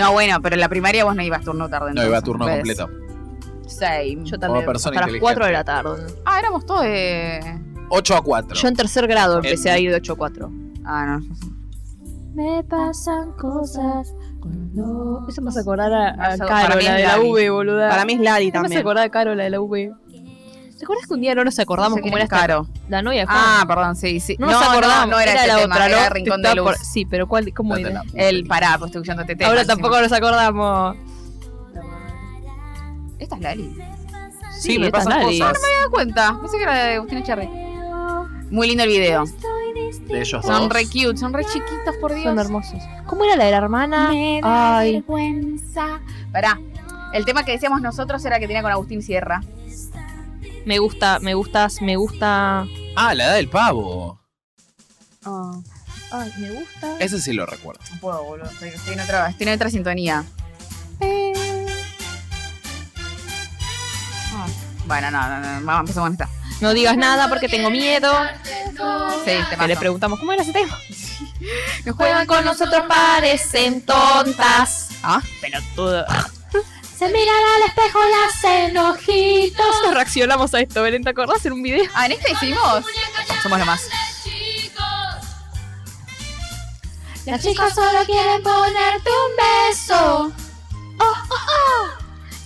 D: No, bueno, pero en la primaria vos no ibas turno tarde.
A: No,
D: entonces,
A: iba a turno
D: ¿ves?
A: completo.
D: Same.
C: Yo
A: Como
C: también.
A: persona
C: hasta las 4
A: inteligente.
C: de la tarde.
D: Ah, éramos todos de.
A: 8 a 4.
C: Yo en tercer grado
A: En-
C: empecé a ir de 8 a 4.
D: Ah, no.
B: Me pasan cosas. cuando-
C: Eso me hace acordar a,
D: Eso, para
C: Caro,
D: mí
C: la
D: es
C: de la
D: Lali.
C: V, boluda.
E: Para mí es Lari
C: Eso me hace
E: también.
C: acordar a Caro, la de la V. ¿Te acuerdas que un día no nos acordamos
D: Sé
C: cómo
D: que
C: era
D: es
C: esta-
D: caro.
C: la novia? de Juan?
D: Ah, perdón, sí, sí.
C: no, nos acordamos.
D: No, no era, ese tema, era Rincón
C: Te estaba
D: de Luz.
C: por- Sí, pero ¿cuál, ¿cómo
A: La de
C: era?
A: la-
D: El pará, pues estoy escuchando este tema.
C: Ahora
D: encima.
C: tampoco nos acordamos.
D: Esta es Lali. Me
A: Sí,
C: Sí,
A: me
C: esta es
A: pasan
C: Lali.
A: cosas
D: da cuenta. Pensé que era de Agustín Cherry. Muy lindo el video.
A: de ellos
D: Son
A: dos.
D: re cute, son re chiquitos, por Dios.
C: Son hermosos. ¿Cómo era la de la hermana?
B: Me da
C: Ay.
B: vergüenza.
D: Pará. El tema que decíamos nosotros era que tenía con Agustín Sierra.
C: Me gusta, me gustas, me gusta.
A: Ah, la edad del pavo.
C: Ah.
E: Oh.
C: Ay, me gusta.
A: Ese sí lo recuerdo.
D: No puedo, boludo. Estoy, estoy en, otra, estoy en otra sintonía. Ah, Bueno, no, no, no, vamos, empezamos con esta.
C: No digas nada porque tengo miedo.
D: Sí, te
C: Que le
D: paso.
C: preguntamos, ¿cómo era ese tema?
D: Nos
B: Juegan con nosotros, parecen tontas.
D: Ah,
B: Se miran al espejo y hacen ojitos.
E: Todos reaccionamos a esto, Belén, ¿te acordás en un video?
D: Ah, en este hicimos. Somos lo más.
B: Las chicas solo quieren ponerte un beso. Oh, oh, oh.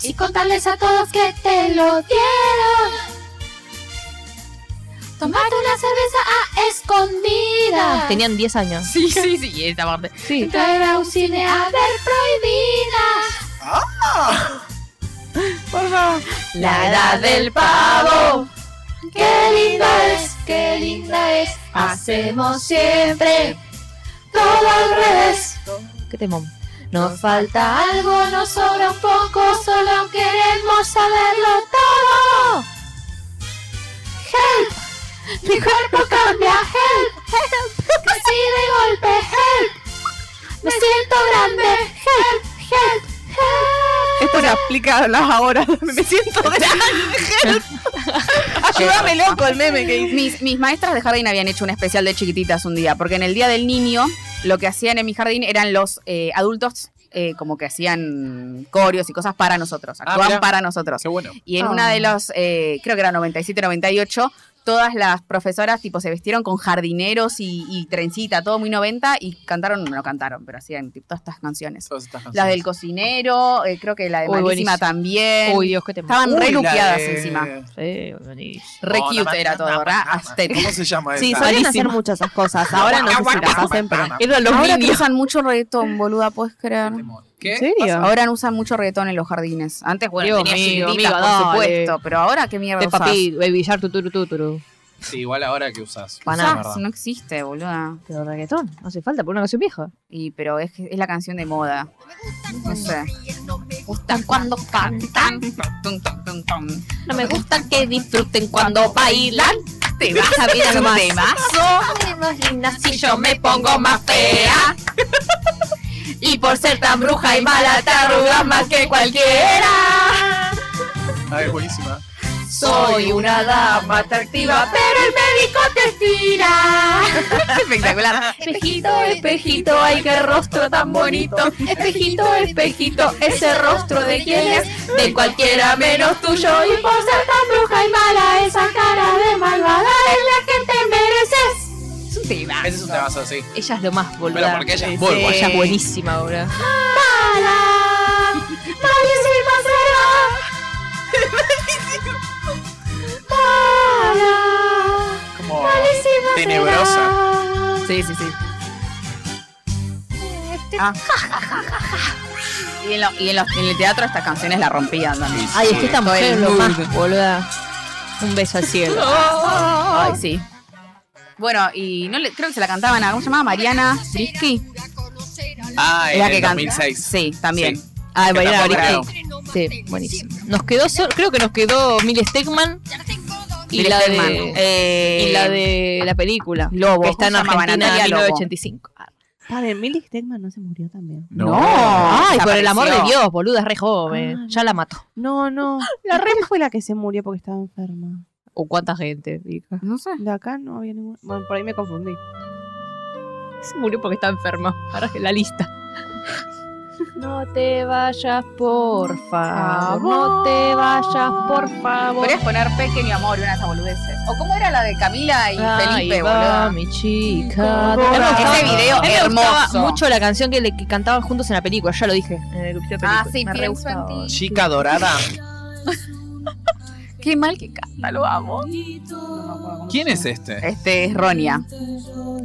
B: Y contarles a todos que te lo dieron. Tomate una cerveza a escondidas.
C: Tenían 10 años.
D: Sí, sí, sí, y esta parte.
C: Sí.
B: Entrar a un cine a ver prohibidas.
D: La edad del pavo.
B: Qué linda es, qué linda es. Hacemos siempre todo al revés.
C: Qué temón. No.
B: Nos falta algo, nos sobra un poco, solo queremos saberlo todo. Help, mi cuerpo cambia, help, help, crecí de golpe, help, me siento grande, help, help, help.
E: Esto se aplica a las ahora. Me siento grande. Ayúdame, loco, el meme que hice.
D: Mis, mis maestras de jardín habían hecho un especial de chiquititas un día, porque en el día del niño lo que hacían en mi jardín eran los eh, adultos eh, como que hacían corios y cosas para nosotros,
A: Ah,
D: actuaban
A: mirá.
D: para nosotros.
A: Qué bueno.
D: Y en
C: Ah.
D: una de los, eh, creo que era 97, 98, todas las profesoras tipo se vestieron con jardineros y, y trencita, todo muy 90 y cantaron, no cantaron, pero hacían tipo, todas estas canciones.
A: Todas estas
D: La
A: canciones.
D: del cocinero, eh, creo que la de
C: Uy,
D: Malísima
C: buenísimo.
D: también.
C: Uy, Dios, qué temón.
D: Estaban re
A: Uy, la
D: luqueadas
A: de-
D: encima.
C: Sí, buenísimo.
D: Re
A: No, na,
D: cute
A: na,
D: era
A: na,
D: todo,
A: na,
D: ¿verdad?
A: na, na.
D: Estético.
A: ¿Cómo se llama
E: Sí,
A: esa?
E: solían hacer
D: Buenísimo.
E: muchas esas cosas. Ahora no sé si las hacen, pero.
C: Eran los
D: Ahora que
C: niños.
D: usan mucho reggaetón, boluda, puedes creer.
A: ¿Qué?
E: ¿En serio?
D: Ahora usan mucho reggaetón en los jardines. Antes, bueno,
C: Dios
D: tenía
C: mío, amiga,
D: chiquititas, por
C: dale.
D: supuesto. Pero ahora, ¿qué mierda
C: De
D: usás?
C: papi, baby shark, tuturu, tuturu.
A: Sí, igual ahora que usas.
D: Usás,
C: Paná.
A: verdad.
D: no existe, boluda.
C: Pero reggaetón, no hace falta, por una canción vieja.
D: Y, pero es, que es la canción de moda. No sé.
B: Gustan cuando cantan,
D: Tum, tum, tum, tum.
B: no me gusta que disfruten cuando bailan.
D: Te vas a ver un temazo.
B: Si yo me pongo más fea. Y por ser tan bruja y mala te arrugas más que cualquiera.
A: Ay, Ah, buenísima.
B: Soy una dama atractiva, pero el médico te tira.
D: Espectacular.
B: Espejito, espejito, ay qué rostro tan bonito. Espejito, espejito, ese rostro de quién es, de cualquiera menos tuyo. Y por ser tan bruja y mala, esa cara de malvada es la que te mereces.
D: Es un tema.
A: Ese es un temazo así.
C: Ella es lo más boluda.
A: Pero porque ella es muy buena.
C: Ella es buenísima ahora.
B: Mala, malísima será. Mala,
A: Como
B: malísima
A: tenebrosa.
B: será.
D: Sí, sí, sí. Ah. Y, en, lo- y en los- en el teatro estas canciones la rompían también.
C: Ay, es que esta mujer es lo
D: Todo el
C: más boluda. Un beso al cielo.
D: Ay, sí. Bueno, y no le- creo que se la cantaban a, ¿cómo se llamaba? Mariana Brisky.
A: Ah, en
D: la que
A: el
D: canta.
A: 2006.
D: Sí, también.
A: Sí.
C: Ay,
A: Que
C: Mariana
A: tampoco era-
C: Brisky. Sí, buenísimo. Nos quedó, sol- creo que nos quedó Mil Stegman y
D: Miles
C: la
D: Bergman.
C: de
D: Eh,
C: y la de la película.
D: Lobo.
C: que está en
D: ¿Cómo se llamaba?
C: Argentina en
D: Natalia Lobo.
C: 1985.
E: Padre, Milly Stegman no se murió también.
C: Ay, por el
D: desapareció.
C: amor de Dios, boluda, es re joven.
E: Ah.
C: Ya la mató.
E: No, no. La rema fue la que se murió porque estaba enferma.
C: O cuánta gente, diga.
D: No sé.
E: De acá no había ninguna. Bueno, por ahí me confundí.
C: Se murió porque está enferma. Ahora la lista. No te vayas, por favor. No te vayas, por favor.
D: Podrías poner pequeño amor y unas boludeces. O cómo era la de Camila y
C: Ahí
D: Felipe,
C: va
D: boludo.
C: mi chica.
E: Ese
C: Hermoso.
D: video
C: A mí me
D: hermoso.
C: gustaba mucho la canción que, le, que cantaban juntos en la película, ya lo dije. En el episodio de
D: Ah,
C: película.
D: sí,
C: Me re
D: pienso en
C: gustaba.
D: ti.
A: Chica dorada.
D: Qué mal que canta, lo amo.
A: ¿Quién es este?
D: Este es Ronia.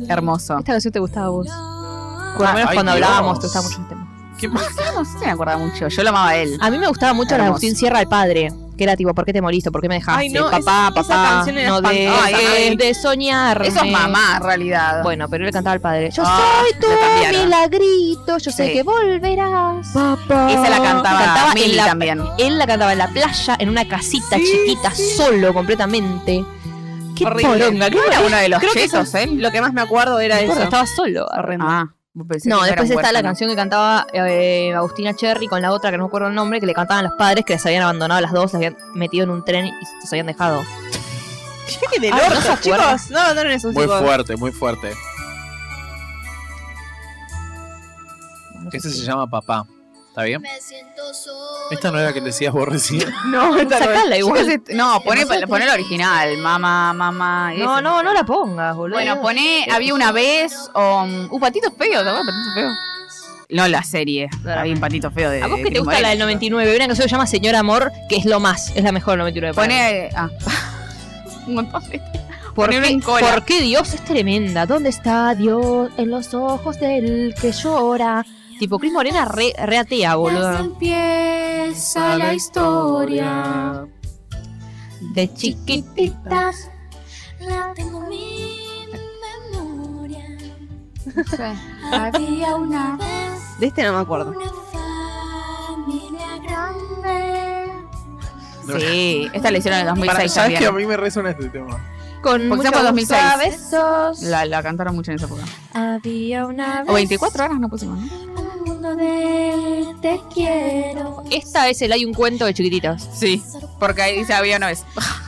D: Hermoso.
C: Esta canción te gustaba a vos. Por lo menos
A: Ah, ay,
C: cuando
A: Dios.
C: hablábamos te gustaba mucho el tema.
A: ¿Qué más?
D: No sé si me acuerda mucho. Yo lo amaba a él.
C: A mí me gustaba mucho la de
D: Hermoso.
C: Agustín Sierra el padre. Que era tipo, ¿por qué te moriste? ¿Por qué me dejaste?
E: Ay, no, esa-
C: papá,
E: esa
C: papá.
E: canción era
C: no
E: espantosa,
C: dejes
E: Mabel.
C: de soñar.
D: Eso es mamá, en realidad.
C: Bueno, pero él cantaba al padre. Yo
D: Ah,
C: soy tu
D: le cambiaron.
C: milagrito, yo sé
D: Sí.
C: que volverás. Papá.
D: Esa la cantaba,
C: Cantaba
D: Milly
C: en la-
D: también.
C: Él la cantaba en la playa, en una casita chiquita, solo completamente. Qué poronga, qué
D: ¿No era
C: poronga.
D: uno de los
C: Creo que
D: chetos, ¿eh? él?
E: Lo que más me acuerdo era
C: Porque
E: eso.
C: estaba solo.
D: Ah, vos pensé
C: No,
D: que
C: después
D: era un
C: está la
D: huérfano.
C: canción que cantaba eh, Agustina Cherry con la otra que no me acuerdo el nombre, que le cantaban los padres que les habían abandonado a las dos, las habían metido en un tren y los habían dejado.
E: ¿Qué del
C: Ay, no
E: orto,
C: se acuerda.
E: chicos? No, no, no es un
A: Muy
E: chicos.
A: fuerte, muy fuerte.
C: No sé
A: Este
C: si-
A: se Este llama Papá. ¿Está bien?
F: Me siento solo.
A: Esta no era que decías vos recién.
C: No, sacala
D: Igual
C: igual.
D: se- No, poné, poné el original. Mamá, mamá.
C: No,
D: esa.
C: no, no la pongas, boludo.
D: Bueno, poné, había una vez, um, un patito feo, ¿te acuerdas? Patito feo. No, la serie. Había un patito feo de.
C: ¿A vos
D: de
C: que te
D: Cris
C: gusta la del
D: Morena.
C: 99? Hay una canción que se llama Señor Amor, que es lo más, es la mejor del 99. para mí.
D: Poné. Ah. un montón de-
C: ¿Por
D: ponelo
C: qué,
D: en cola.
C: por qué Dios es tremenda? ¿Dónde está Dios en los ojos del que llora? Tipo, Cris Morena re, re atea,
B: Así
C: boludo.
B: empieza la historia.
C: De chiquitita.
B: Chiquititas, la tengo en mi memoria. Había una vez
E: De este no me acuerdo.
B: una familia grande.
D: Sí, esta la hicieron en el
G: Para,
D: 2006
G: ¿Sabes que a
D: también.
G: mí me resuena este tema?
C: Con
D: Porque
C: mucho
D: se llama 2006.
C: gusto,
B: Besos.
D: La, la cantaron mucho en esa época.
B: Había una vez
D: O 24 horas no pusimos, ¿no?
B: un mundo de te quiero.
C: Esta es el Hay un cuento de chiquititas.
D: Sí, porque ahí dice había una vez.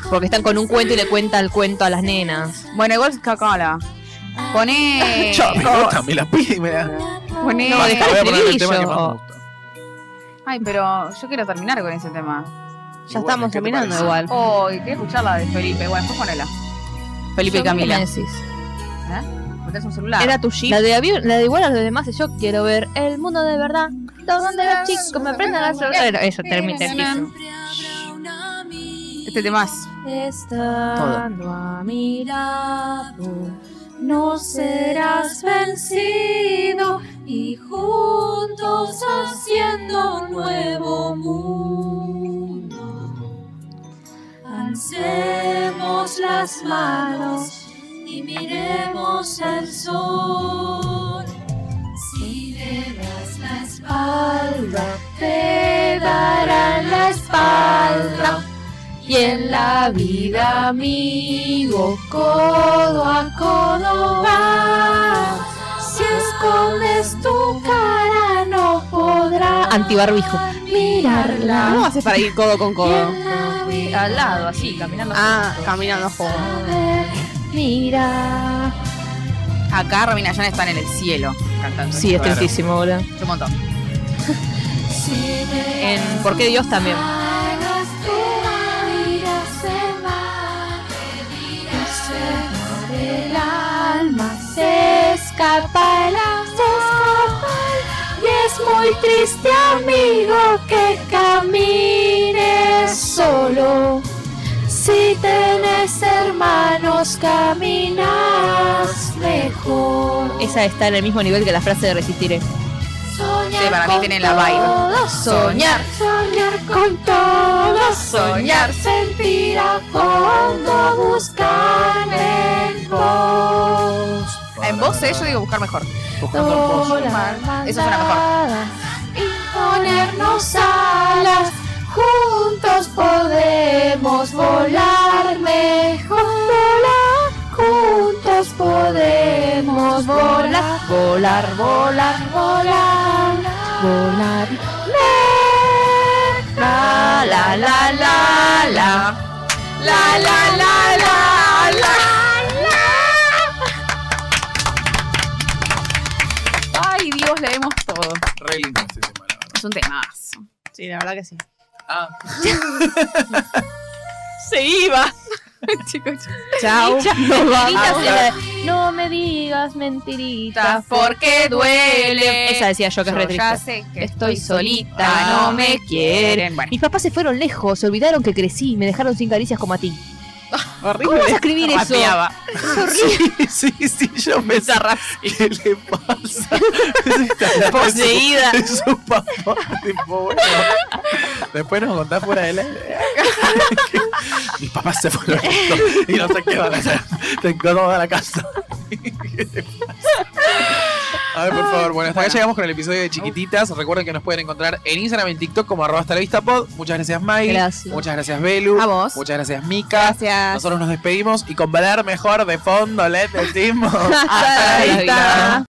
C: Porque están con un cuento y le cuenta el cuento a las nenas.
D: Bueno, igual es Coca-Cola. Poné.
A: Yo, me gusta, me la pide y me la.
D: Poné.
C: No, dejá-
A: Voy a poner el tema que
C: estribillo.
A: más me gusta.
D: Ay, pero yo quiero terminar con ese tema.
E: Ya
A: Y bueno,
E: estamos
A: ¿qué te
E: terminando
A: parece?
E: igual.
D: Ay, quiero escuchar la de Felipe. Bueno, después ponela. Felipe y
C: ¿Qué
D: Camila.
C: me decís?
D: Porque es un celular.
E: Era tu jeep.
C: Ah. La de, avión- la de igual a los demás es yo quiero ver el mundo de verdad. Donde los chicos me aprendan a hacer. Bueno, eso, termina eso.
D: Este tema es.
B: Estando a mi lado, no serás vencido y juntos haciendo un nuevo mundo. Alcemos las manos y miremos al sol. Si le das la espalda, te darán la espalda. Y en la vida, amigo, codo a codo va. Si escondes tu cara, no podrás
C: Antibarbijo.
E: ¿Cómo
B: mirarla.
E: haces para ir codo con
B: Y
E: codo?
B: en la vida
C: Al lado, así, caminando.
E: Ah, caminando juntos.
B: saber mirar.
D: Acá Romina Yan está en el cielo cantando.
C: Sí, es
A: Claro.
C: tristísimo, boludo.
D: es un montón.
B: Si le
C: En ¿Por qué Dios también?
B: Manos, tu vida se va, se va del alma, se escapa el alma, se escapa el- Y es muy triste, amigo, que camines solo. Si tenés hermanos, caminas mejor.
C: Esa está en el mismo nivel que la frase de resistiré.
B: Soñar
D: Sí, para mí
B: con
D: tiene la vibe.
B: todo, soñar, soñar con todo, soñar, sentir a fondo, buscar en vos.
D: En voces yo digo buscar mejor. Eso suena mejor.
B: mejor. Y ponernos alas, juntos podemos volar mejor. Volar, juntos podemos volar, volar, volar, volar, volar. La la la la la. La la la la la.
D: Ay, Dios, leemos todo.
A: Re lindo este tema, la verdad.
D: Es un tema.
E: Sí, la verdad que sí.
A: Ah,
C: Se iba.
D: Chicos,
E: Chao. Nos vamos.
C: No me digas mentiritas.
D: chicas, ¿por qué duele?
C: Esa decía yo que es re
D: Yo ya
C: triste.
D: sé que
C: Estoy solita,
D: Ah,
C: no me quieren.
D: Bueno,
C: Mis papás se fueron lejos, se olvidaron que crecí y me dejaron sin caricias como a ti. ¿Cómo
E: Horrible.
C: vas a escribir eso?
D: rapeaba.
A: sí, sí, sí, yo me ¿Qué le pasa?
C: Poseída.
A: Es un papá, tipo, bueno. Después nos contás fuera del aire. Mis papás se fueron y no sé qué van a hacer. Tengo toda la casa. A ver, por favor, bueno, hasta acá llegamos con el episodio de Chiquititas. Recuerden que nos pueden encontrar en Instagram, en TikTok como arroba hasta la vista pod. Muchas gracias, May.
C: Gracias.
A: Muchas gracias, Belu.
D: A vos.
A: Muchas gracias, Mika.
E: Gracias.
A: Nosotros nos despedimos y con Valer mejor de fondo les decimos.
E: Hasta la
D: Hasta la
E: vista.
D: vista.